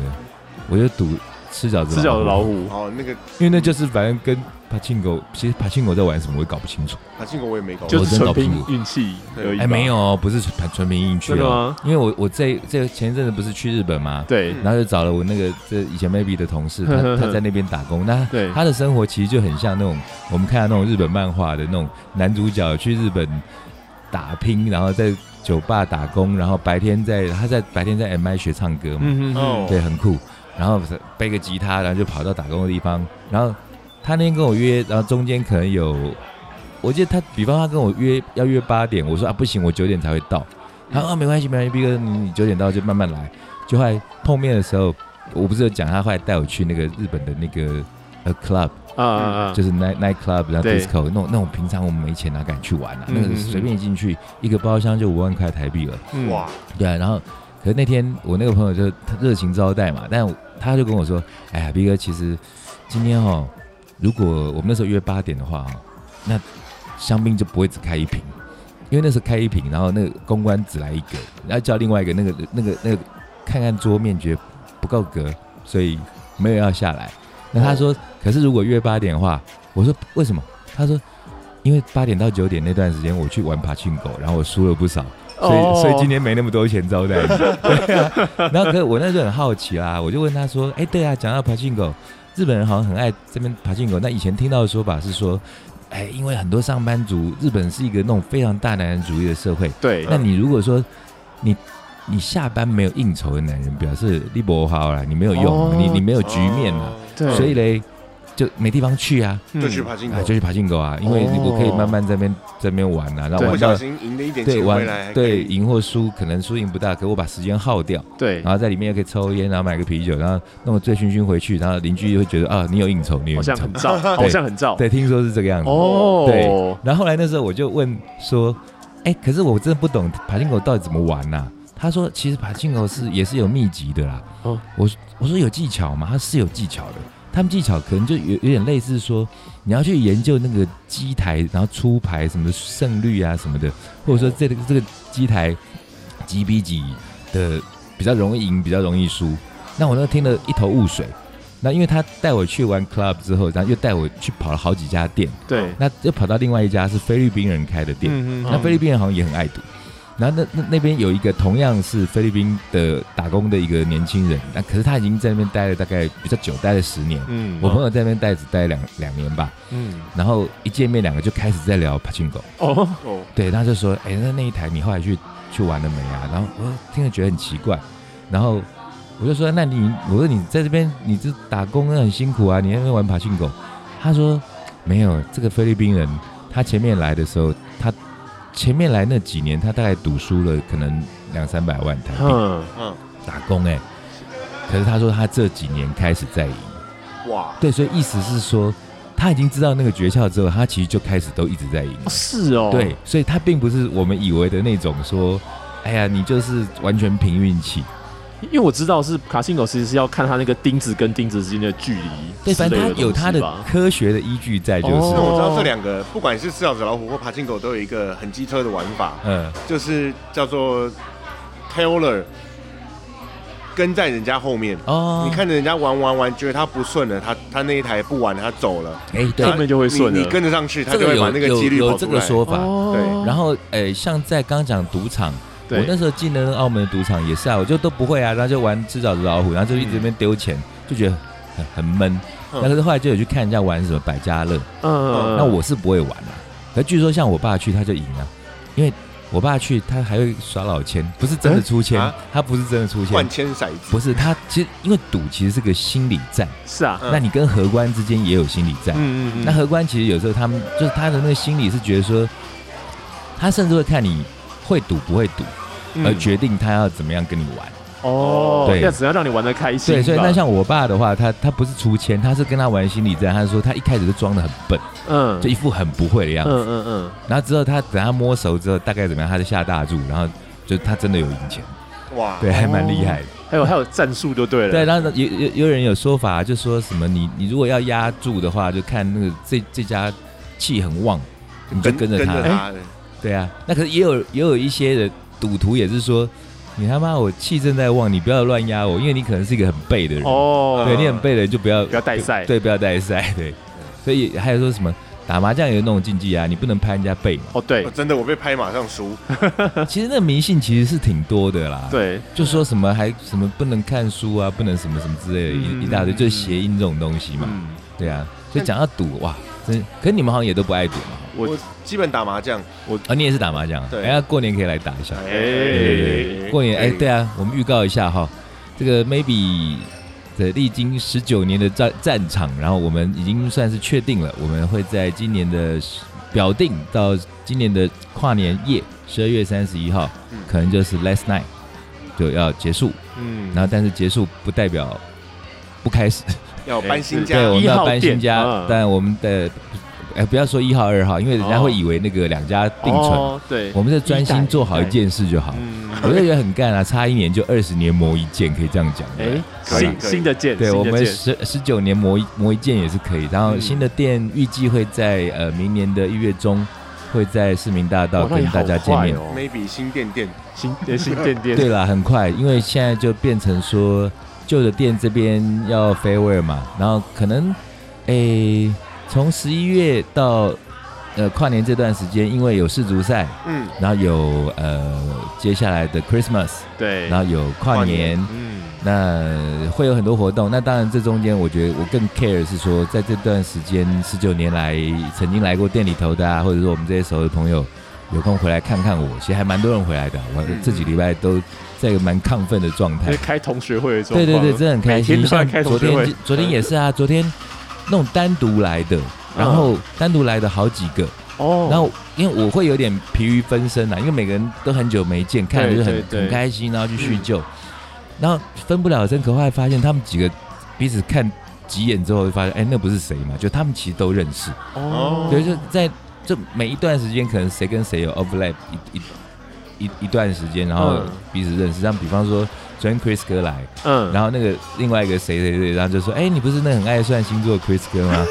Speaker 3: 我就赌吃饺子
Speaker 2: 吃脚的老虎，
Speaker 1: 哦，那个
Speaker 3: 因为那就是反正跟帕庆狗，其实帕庆狗在玩什么我也搞不清楚。
Speaker 1: 马庆国我也没搞过，
Speaker 2: 就
Speaker 3: 我
Speaker 2: 是
Speaker 3: 真搞
Speaker 2: 纯
Speaker 3: 不清
Speaker 2: 凭
Speaker 3: 楚
Speaker 2: 运气而已，
Speaker 3: 哎，没，有哦，不是纯纯凭运气
Speaker 2: 真的
Speaker 3: 哦。
Speaker 2: 吗？
Speaker 3: 因为我我这这前一阵子不是去日本吗？
Speaker 2: 对
Speaker 1: 嗯
Speaker 3: 然后就找了我那个这以前 maybe 的同事，
Speaker 2: 呵呵呵
Speaker 3: 他他在那边打工，那
Speaker 2: 对
Speaker 3: 他的生活其实就很像那种我们看到那种日本漫画的那种男主角去日本打拼，然后在酒吧打工，然后白天在他在白天在 MI 学唱歌嘛，
Speaker 2: 嗯嗯嗯
Speaker 1: 哦，
Speaker 3: 对，很酷。然后背个吉他，然后就跑到打工的地方。然后他那天跟我约，然后中间可能有，我记得他，比方他跟我约要约八点，我说啊不行，我九点才会到。他说啊没关系，没关系，毕哥你你九点到就慢慢来。就后来碰面的时候，我不是有讲他后来带我去那个日本的那个呃 club，
Speaker 2: 啊啊啊，
Speaker 3: 就是 night night club，然后
Speaker 2: 对
Speaker 3: disco 那种那种平常我们没钱哪敢去玩啊，
Speaker 2: 嗯
Speaker 3: 那个
Speaker 2: 嗯
Speaker 3: 随便一进去一个包厢就五万块台币了。
Speaker 2: 嗯
Speaker 1: 哇，
Speaker 3: 对啊，然后可是那天我那个朋友就他热情招待嘛，但他就跟我说：“哎呀，B 哥，其实今天哦，如果我们那时候约八点的话哦，那香槟就不会只开一瓶，因为那时候开一瓶，然后那个公关只来一个，然后叫另外一个那个那个那个看看桌面觉得不够格，所以没有要下来。那他说，可是如果约八点的话，我说为什么？他说。”因为八点到九点那段时间，我去玩爬庆狗，然后我输了不少，嗯所以、所以今
Speaker 2: 天
Speaker 3: 天没那么多钱招待你。哦 对啊，然后可是我那时候很好奇啦，我就问他说：“哎、对啊，讲到爬进狗，日本人好像很爱这边爬进狗。那以前听到的说法是说，哎、因为很多上班族，日本是一个那种非常大男人主义的社会。
Speaker 2: 对，
Speaker 1: 嗯
Speaker 3: 那你如果说你你下班没有应酬的男人，表示你不好啦，你没有用，
Speaker 2: 哦
Speaker 3: 你你没有局面啊啦，
Speaker 1: 哦
Speaker 2: 对
Speaker 3: 所以嘞就没地方去啊。”
Speaker 2: 嗯
Speaker 1: 就去爬进
Speaker 3: 啊，
Speaker 1: 口，
Speaker 3: 就去爬进狗啊，因为你我可以
Speaker 2: 哦
Speaker 3: 慢慢在那边在那边玩啊，然后
Speaker 2: 对
Speaker 1: 不
Speaker 3: 玩到
Speaker 1: 小心赢了一点
Speaker 3: 对
Speaker 1: 钱回来，
Speaker 3: 玩
Speaker 1: 还可
Speaker 3: 对
Speaker 1: 以
Speaker 3: 赢或输，可能输赢不大，可我把时间耗掉，
Speaker 2: 对
Speaker 3: 然，后在里面又可以抽烟，然后买个啤酒，然后弄得醉醺醺回去，然后邻居就会觉得啊，你有应酬，你有
Speaker 2: 好
Speaker 3: 应
Speaker 2: 像
Speaker 3: 酬
Speaker 2: 很。燥，好像很燥，
Speaker 3: 对，听说是这个样子。
Speaker 2: 哦，
Speaker 3: 对然后后来那时候我就问说，哎，可是我真的不懂爬行狗到底怎么玩呐、他说其实爬进口是也是有秘籍的啦。
Speaker 2: 哦
Speaker 3: 哦，我说我说有技巧嘛，他是有技巧的。他们技巧可能就有有点类似说，你要去研究那个机台，然后出牌什么胜率啊什么的，或者说这个这个机台几比几的比较容易赢，比较容易输。那我那听得一头雾水。那因为他带我去玩 club 之后，然后又带我去跑了好几家店，
Speaker 2: 对，
Speaker 3: 那又跑到另外一家是菲律宾人开的店，
Speaker 1: 嗯
Speaker 3: 那菲律宾人好像也很爱赌。然后那那那边有一个同样是菲律宾的打工的一个年轻人，那可是他已经在那边待了大概比较久，待了十年。
Speaker 1: 嗯
Speaker 3: 我朋友在那边待只待两两年吧，
Speaker 1: 嗯
Speaker 3: 然后一见面两个就开始在聊 Pachinko，
Speaker 2: 哦，
Speaker 1: 哦
Speaker 3: 对，他就说，哎、那那一台你后来去去玩了没啊？然后我听着觉得很奇怪，然后我就说，那你我说你在这边你这打工那很辛苦啊，你在那边玩 Pachinko，他说没有，这个菲律宾人他前面来的时候，他前面来那几年他大概赌输了可能两三百万台币
Speaker 2: 嗯，
Speaker 1: 嗯
Speaker 3: 打工哎、可是他说他这几年开始在赢。
Speaker 1: 哇
Speaker 3: 对，所以意思是说，他已经知道那个诀窍之后，他其实就开始都一直在赢。
Speaker 2: 哦是哦，
Speaker 3: 对，所以他并不是我们以为的那种说，哎呀，你就是完全凭运气。
Speaker 2: 因为我知道是卡西狗，其实是要看它那个钉子跟钉子之间的距离，
Speaker 3: 对，反正他有他的科学的依据在，就是，
Speaker 1: 那
Speaker 2: 哦
Speaker 1: 我知道这两个，不管是吃饺子老虎或爬进狗，都有一个很机车的玩法，
Speaker 3: 嗯，
Speaker 1: 就是叫做 Taylor 跟在人家后面。
Speaker 3: 哦，
Speaker 1: 你，看着人家玩玩玩，觉得他不顺了，他他那一台不玩了，他走了，
Speaker 3: 哎，对
Speaker 1: 然，
Speaker 2: 后面就会顺了
Speaker 1: 你你跟得上去，他
Speaker 3: 这
Speaker 1: 就
Speaker 3: 个
Speaker 1: 会把
Speaker 3: 有
Speaker 1: 那个
Speaker 3: 有
Speaker 1: 几率
Speaker 3: 有
Speaker 1: 跑
Speaker 3: 这
Speaker 1: 出
Speaker 3: 个
Speaker 1: 来。
Speaker 3: 说法。
Speaker 2: 哦，
Speaker 3: 然后，哎，像在刚讲赌场，我那
Speaker 2: 对，
Speaker 3: 时候进了那个澳门的赌场也是啊，我就都不会啊，然后就玩吃饺子老虎，然后就一直在那边丢钱，就觉得很很闷。
Speaker 1: 嗯
Speaker 3: 但是后来就有去看人家玩什么百家乐，
Speaker 2: 嗯
Speaker 3: 那我是不会玩啊。可据说像我爸去他就赢啊，因为我爸去他还会耍老千，不是真的出千，
Speaker 1: 啊
Speaker 3: 他不是真的出
Speaker 1: 换
Speaker 3: 千，
Speaker 1: 签骰子，
Speaker 3: 不是他其实因为赌其实是个心理战，
Speaker 2: 是啊，
Speaker 1: 嗯
Speaker 3: 那你跟荷官之间也有心理战。
Speaker 1: 嗯嗯
Speaker 3: 那荷官其实有时候他们就是他的那个心理是觉得说，他甚至会看你会赌不会赌，
Speaker 1: 嗯
Speaker 3: 而决定他要怎么样跟你玩。
Speaker 2: 哦，
Speaker 3: 对
Speaker 2: 要只要让你玩的开心吧，
Speaker 3: 对，所以那像我爸的话，他他不是出千，他是跟他玩心理战。他说他一开始就装的很笨，
Speaker 2: 嗯
Speaker 3: 就一副很不会的样子。
Speaker 2: 嗯嗯嗯，
Speaker 3: 然后之后他等他摸熟之后，大概怎么样，他就下大注，然后就他真的有赢钱，
Speaker 1: 嗯哇，
Speaker 3: 对，还蛮厉害的。
Speaker 2: 还有还有战术就对了，
Speaker 3: 对，然后有有有人有说法，就说什么你你如果要压住的话，就看那个这这家气很旺，你就跟着他。
Speaker 1: 他，
Speaker 3: 对啊，那可是也有也有一些人赌徒也是说，你他妈我气正在旺，你不要乱压我，因为你可能是一个很背的人。
Speaker 2: 哦，
Speaker 3: 对你很背的人就不要
Speaker 2: 不要带赛
Speaker 3: 对，不要带赛，对。所以还有说什么打麻将有那种禁忌啊，你不能拍人家背嘛。
Speaker 2: 哦对
Speaker 1: 哦真的我被拍马上输，
Speaker 3: 其实那迷信其实是挺多的啦，，
Speaker 2: 对，
Speaker 3: 就说什么还什么不能看书啊，不能什么什么之类的，
Speaker 2: 嗯
Speaker 3: 一一大堆，就是谐音这种东西嘛，
Speaker 2: 嗯，
Speaker 3: 对啊。所以讲到赌哇，真，可你们好像也都不爱赌嘛，
Speaker 2: 我
Speaker 1: 我基本打麻将，
Speaker 3: 啊，你也是打麻将啊，
Speaker 1: 对
Speaker 3: 哎，那过年可以来打一下，对对
Speaker 2: 哎
Speaker 3: 对，过年哎，对
Speaker 1: 啊，
Speaker 3: 啊，我们预告一下哈，这个 maybe 的历经十九年的战战场，然后我们已经算是确定了，我们会在今年的表定到今年的跨年夜，十二月三十一号
Speaker 1: 嗯，
Speaker 3: 可能就是 last night 就要结束，
Speaker 1: 嗯
Speaker 3: 然后但是结束不代表不开始，
Speaker 1: 要搬新
Speaker 2: 对
Speaker 1: 家
Speaker 3: 哎对，我，们
Speaker 2: 一号
Speaker 3: 要搬新
Speaker 2: 店
Speaker 3: 家
Speaker 2: 嗯，
Speaker 3: 但我们的哎不要说一号二号，因为人家
Speaker 1: 哦
Speaker 3: 会以为那个两家并存，
Speaker 2: 哦对，
Speaker 3: 我们是专心做好一件事就好了。
Speaker 1: 嗯
Speaker 3: 我就觉得很干啊，差一年就二十年磨一剑，可以这样讲。
Speaker 2: 哎
Speaker 3: 哎，
Speaker 1: 可以
Speaker 2: 新
Speaker 1: 可以
Speaker 2: 新的剑，
Speaker 3: 对
Speaker 2: 哎新
Speaker 3: 我
Speaker 2: 的
Speaker 3: 们
Speaker 2: 剑
Speaker 3: 十十九年磨一磨一剑也是可以。然后
Speaker 1: 嗯
Speaker 3: 新的店预计会在呃明年的一月中会在市民大道
Speaker 2: 哇那
Speaker 3: 跟
Speaker 2: 也好
Speaker 3: 大家见面
Speaker 2: 快。哦，
Speaker 1: ，maybe 新店店，
Speaker 2: 新呃新 店店，
Speaker 3: 对啦，很快，因为现在就变成说旧的店这边要 farewell 嘛，然后可能哎从十一月到呃跨年这段时间，因为有世足赛，
Speaker 1: 嗯，
Speaker 3: 然后有呃接下来的 Christmas，
Speaker 2: 对，
Speaker 3: 然后有跨
Speaker 1: 跨
Speaker 3: 年
Speaker 1: 年。嗯，
Speaker 3: 那会有很多活动。那当然，这中间我觉得我更 care 是说，在这段时间十九年来曾经来过店里头的啊，或者说我们这些熟的朋友，有空回来看看我。其实还蛮多人回来的，我
Speaker 1: 嗯
Speaker 3: 这几礼拜都在一个蛮亢奋的状态
Speaker 2: 就是。开同学会的状
Speaker 3: 对
Speaker 2: 况，
Speaker 3: 对对，真的很开心。
Speaker 2: 每天都在
Speaker 3: 像
Speaker 2: 开同
Speaker 3: 昨
Speaker 2: 学会
Speaker 3: 天，，昨天也是啊，昨天那种单独来的，然后单独来的好几个，
Speaker 2: 哦，
Speaker 3: 然后因为我会有点疲于分身啊，因为每个人都很久没见，看着就
Speaker 2: 对
Speaker 3: 很
Speaker 2: 对嗯
Speaker 3: 很开心，然后去叙旧，然后分不了身，可后来发现他们几个彼此看几眼之后，会发现哎，那不是谁嘛？就他们其实都认识，
Speaker 2: 哦，
Speaker 3: 对，就在这每一段时间，可能谁跟谁有 overlap 一一一一段时间，然后
Speaker 2: 嗯
Speaker 3: 彼此认识。像比方说，昨天 Chris 哥来，
Speaker 2: 嗯，
Speaker 3: 然后那个另外一个谁谁谁，然后就说：“哎、你不是那很爱算星座的 Chris 哥吗？”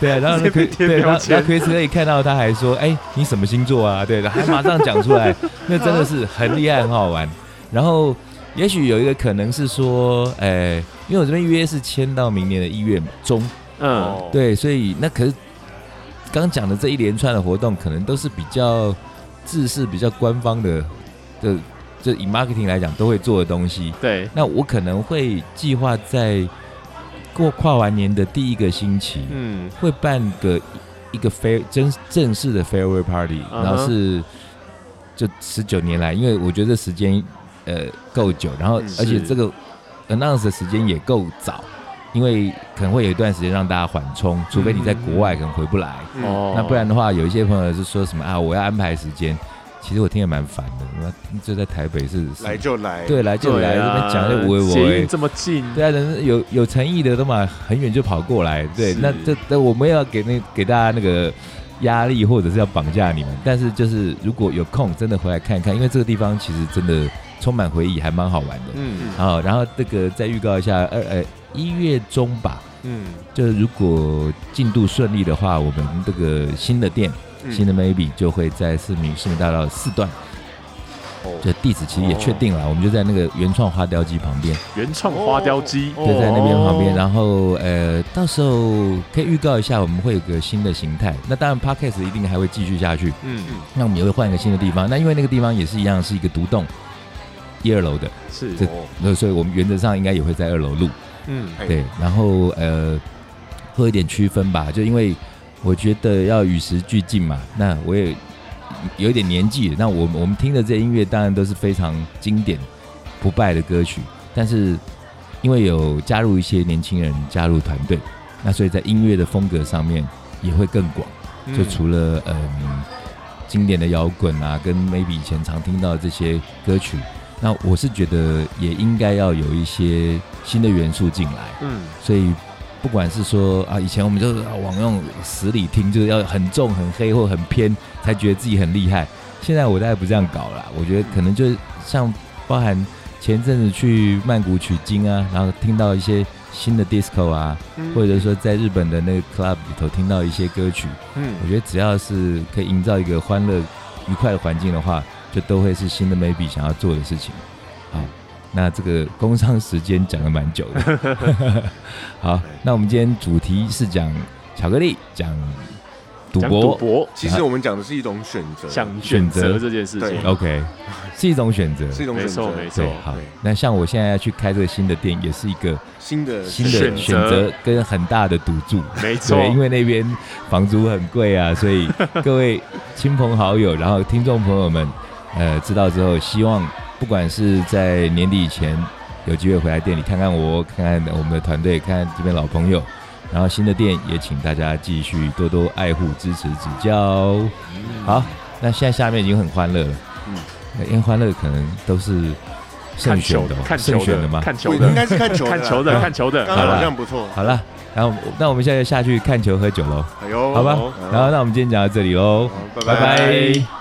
Speaker 3: 对啊，然后那
Speaker 2: 直接被
Speaker 3: Chris
Speaker 2: 贴
Speaker 3: 对，然
Speaker 2: 标
Speaker 3: 后
Speaker 2: 签
Speaker 3: 然后 Chris 哥一看到他还说：“哎、你什么星座啊？”对的，还马上讲出 来，那真的是很厉害，很好玩。然后也许有一个可能是说，哎、因为我这边约是签到明年的一月中，
Speaker 2: 嗯，
Speaker 1: 对，
Speaker 3: 对，所以那可是刚讲的这一连串的活动，可能都是比较制式、比较官方的的，这以 marketing 来讲都会做的东西。
Speaker 2: 对，
Speaker 3: 那我可能会计划在过跨完年的第一个星期，
Speaker 2: 嗯，
Speaker 3: 会办个一个 fair 真正式的 farewell party，、
Speaker 2: 嗯哼
Speaker 3: 然后是就十九年来，因为我觉得这时间呃够久，然后
Speaker 1: 嗯
Speaker 3: 而且
Speaker 2: 是
Speaker 3: 这个 announce 的时间也够早，因为可能会有一段时间让大家缓冲，除非你在国外可能回不来，
Speaker 1: 嗯
Speaker 2: 嗯哦，
Speaker 3: 那不然的话，有一些朋友是说什么啊，我要安排时间，其实我听也蛮烦的，我就在台北是是
Speaker 1: 来就来，
Speaker 3: 对，来就
Speaker 2: 对
Speaker 3: 来，这
Speaker 2: 啊，
Speaker 3: 边讲就我
Speaker 2: 谐
Speaker 3: 我
Speaker 2: 音。这么近，
Speaker 3: 对啊，人有有诚意的都嘛很远就跑过来，对，
Speaker 2: 是
Speaker 3: 那这那我们要给那给大家那个压力，或者是要绑架你们，但是就是如果有空，真的回来看一看，因为这个地方其实真的充满回忆，还蛮好玩的。
Speaker 2: 嗯，
Speaker 3: 好，然后这个再预告一下，二呃一月中吧，
Speaker 1: 嗯，
Speaker 3: 就是如果进度顺利的话，我们这个新的店
Speaker 1: 嗯
Speaker 3: 新的 Maybe 就会在市民市民大道四段，
Speaker 1: 哦
Speaker 3: 这地址其实也确定了，我们就在那个原创花雕鸡旁边，
Speaker 2: 原创花雕鸡，
Speaker 1: 哦
Speaker 3: 就在那边旁边。啊
Speaker 2: 后
Speaker 3: 然后呃，到时候可以预告一下，我们会有个新的形态。那当然，Podcast 一定还会继续下去。
Speaker 1: 嗯嗯
Speaker 3: 那我们也会换一个新的地方。那因为那个地方也是一样，是一个独栋，一二楼的，
Speaker 2: 是
Speaker 3: 这
Speaker 1: 哦
Speaker 3: 那所以我们原则上应该也会在二楼录。
Speaker 2: 嗯
Speaker 1: 哎
Speaker 3: 对，然后呃，会有点区分吧，就因为我觉得要与时俱进嘛。那我也有一点年纪了，那我我们听的这些音乐当然都是非常经典不败的歌曲，但是因为有加入一些年轻人加入团队，那所以在音乐的风格上面也会更广。就除了嗯经典的摇滚啊，跟 maybe 以前常听到的这些歌曲，那我是觉得也应该要有一些新的元素进来。
Speaker 2: 嗯
Speaker 3: 所以不管是说啊，以前我们就是啊往那种死里听，就是要很重、很黑或很偏，才觉得自己很厉害。现在我大概不这样搞了啦，我觉得可能就是像包含前阵子去曼谷取经啊，然后听到一些新的 disco 啊，
Speaker 1: 嗯
Speaker 3: 或者说在日本的那个 club 里头听到一些歌曲，
Speaker 1: 嗯
Speaker 3: 我觉得只要是可以营造一个欢乐、愉快的环境的话，就都会是新的 maybe 想要做的事情。好，那这个工商时间讲了蛮久的。 好，那我们今天主题是讲巧克力，讲赌
Speaker 2: 讲赌
Speaker 3: 博。
Speaker 2: 博，
Speaker 1: 其实我们讲的是一种选择，
Speaker 2: 想选择这件事
Speaker 1: 对
Speaker 2: 情，
Speaker 3: OK，是一种选择。
Speaker 1: 是一种
Speaker 2: 没
Speaker 1: 选择
Speaker 2: 错，没错
Speaker 3: 对，，好
Speaker 1: 对，
Speaker 3: 那像我现在要去开这个新的店，也是一个
Speaker 1: 新的
Speaker 3: 新
Speaker 2: 选
Speaker 3: 的
Speaker 2: 择
Speaker 3: 选择跟很大的赌注。
Speaker 2: 没错，
Speaker 3: 对，因为那边房租很贵啊， 所以各位亲朋好友，然后听众朋友们，呃，知道之后，希望不管是在年底以前有机会回来店里看看我，看看我们的团队，看看这边老朋友，然后新的店也请大家继续多多爱护、支持、指教哦。好，那现在下面已经很欢乐了，
Speaker 1: 嗯
Speaker 3: 嗯，因为欢乐可能都是
Speaker 2: 看
Speaker 3: 慎选
Speaker 2: 球
Speaker 3: 的、哦，
Speaker 2: 看
Speaker 3: 慎
Speaker 2: 球
Speaker 3: 选的
Speaker 2: 的
Speaker 3: 吗？
Speaker 2: 看球
Speaker 1: 不
Speaker 2: 的
Speaker 1: 应，该是看球的啦
Speaker 2: 看球的，看球
Speaker 1: 刚
Speaker 2: 的，
Speaker 1: 刚
Speaker 3: 好啦
Speaker 1: 好像不错，
Speaker 3: 好了，然后我那我们现在就下去看球喝酒喽，
Speaker 1: 哎呦，
Speaker 3: 好吧？啊
Speaker 1: 嗯
Speaker 3: 然后那我们今天讲到这里喽。
Speaker 1: 好
Speaker 3: 拜拜。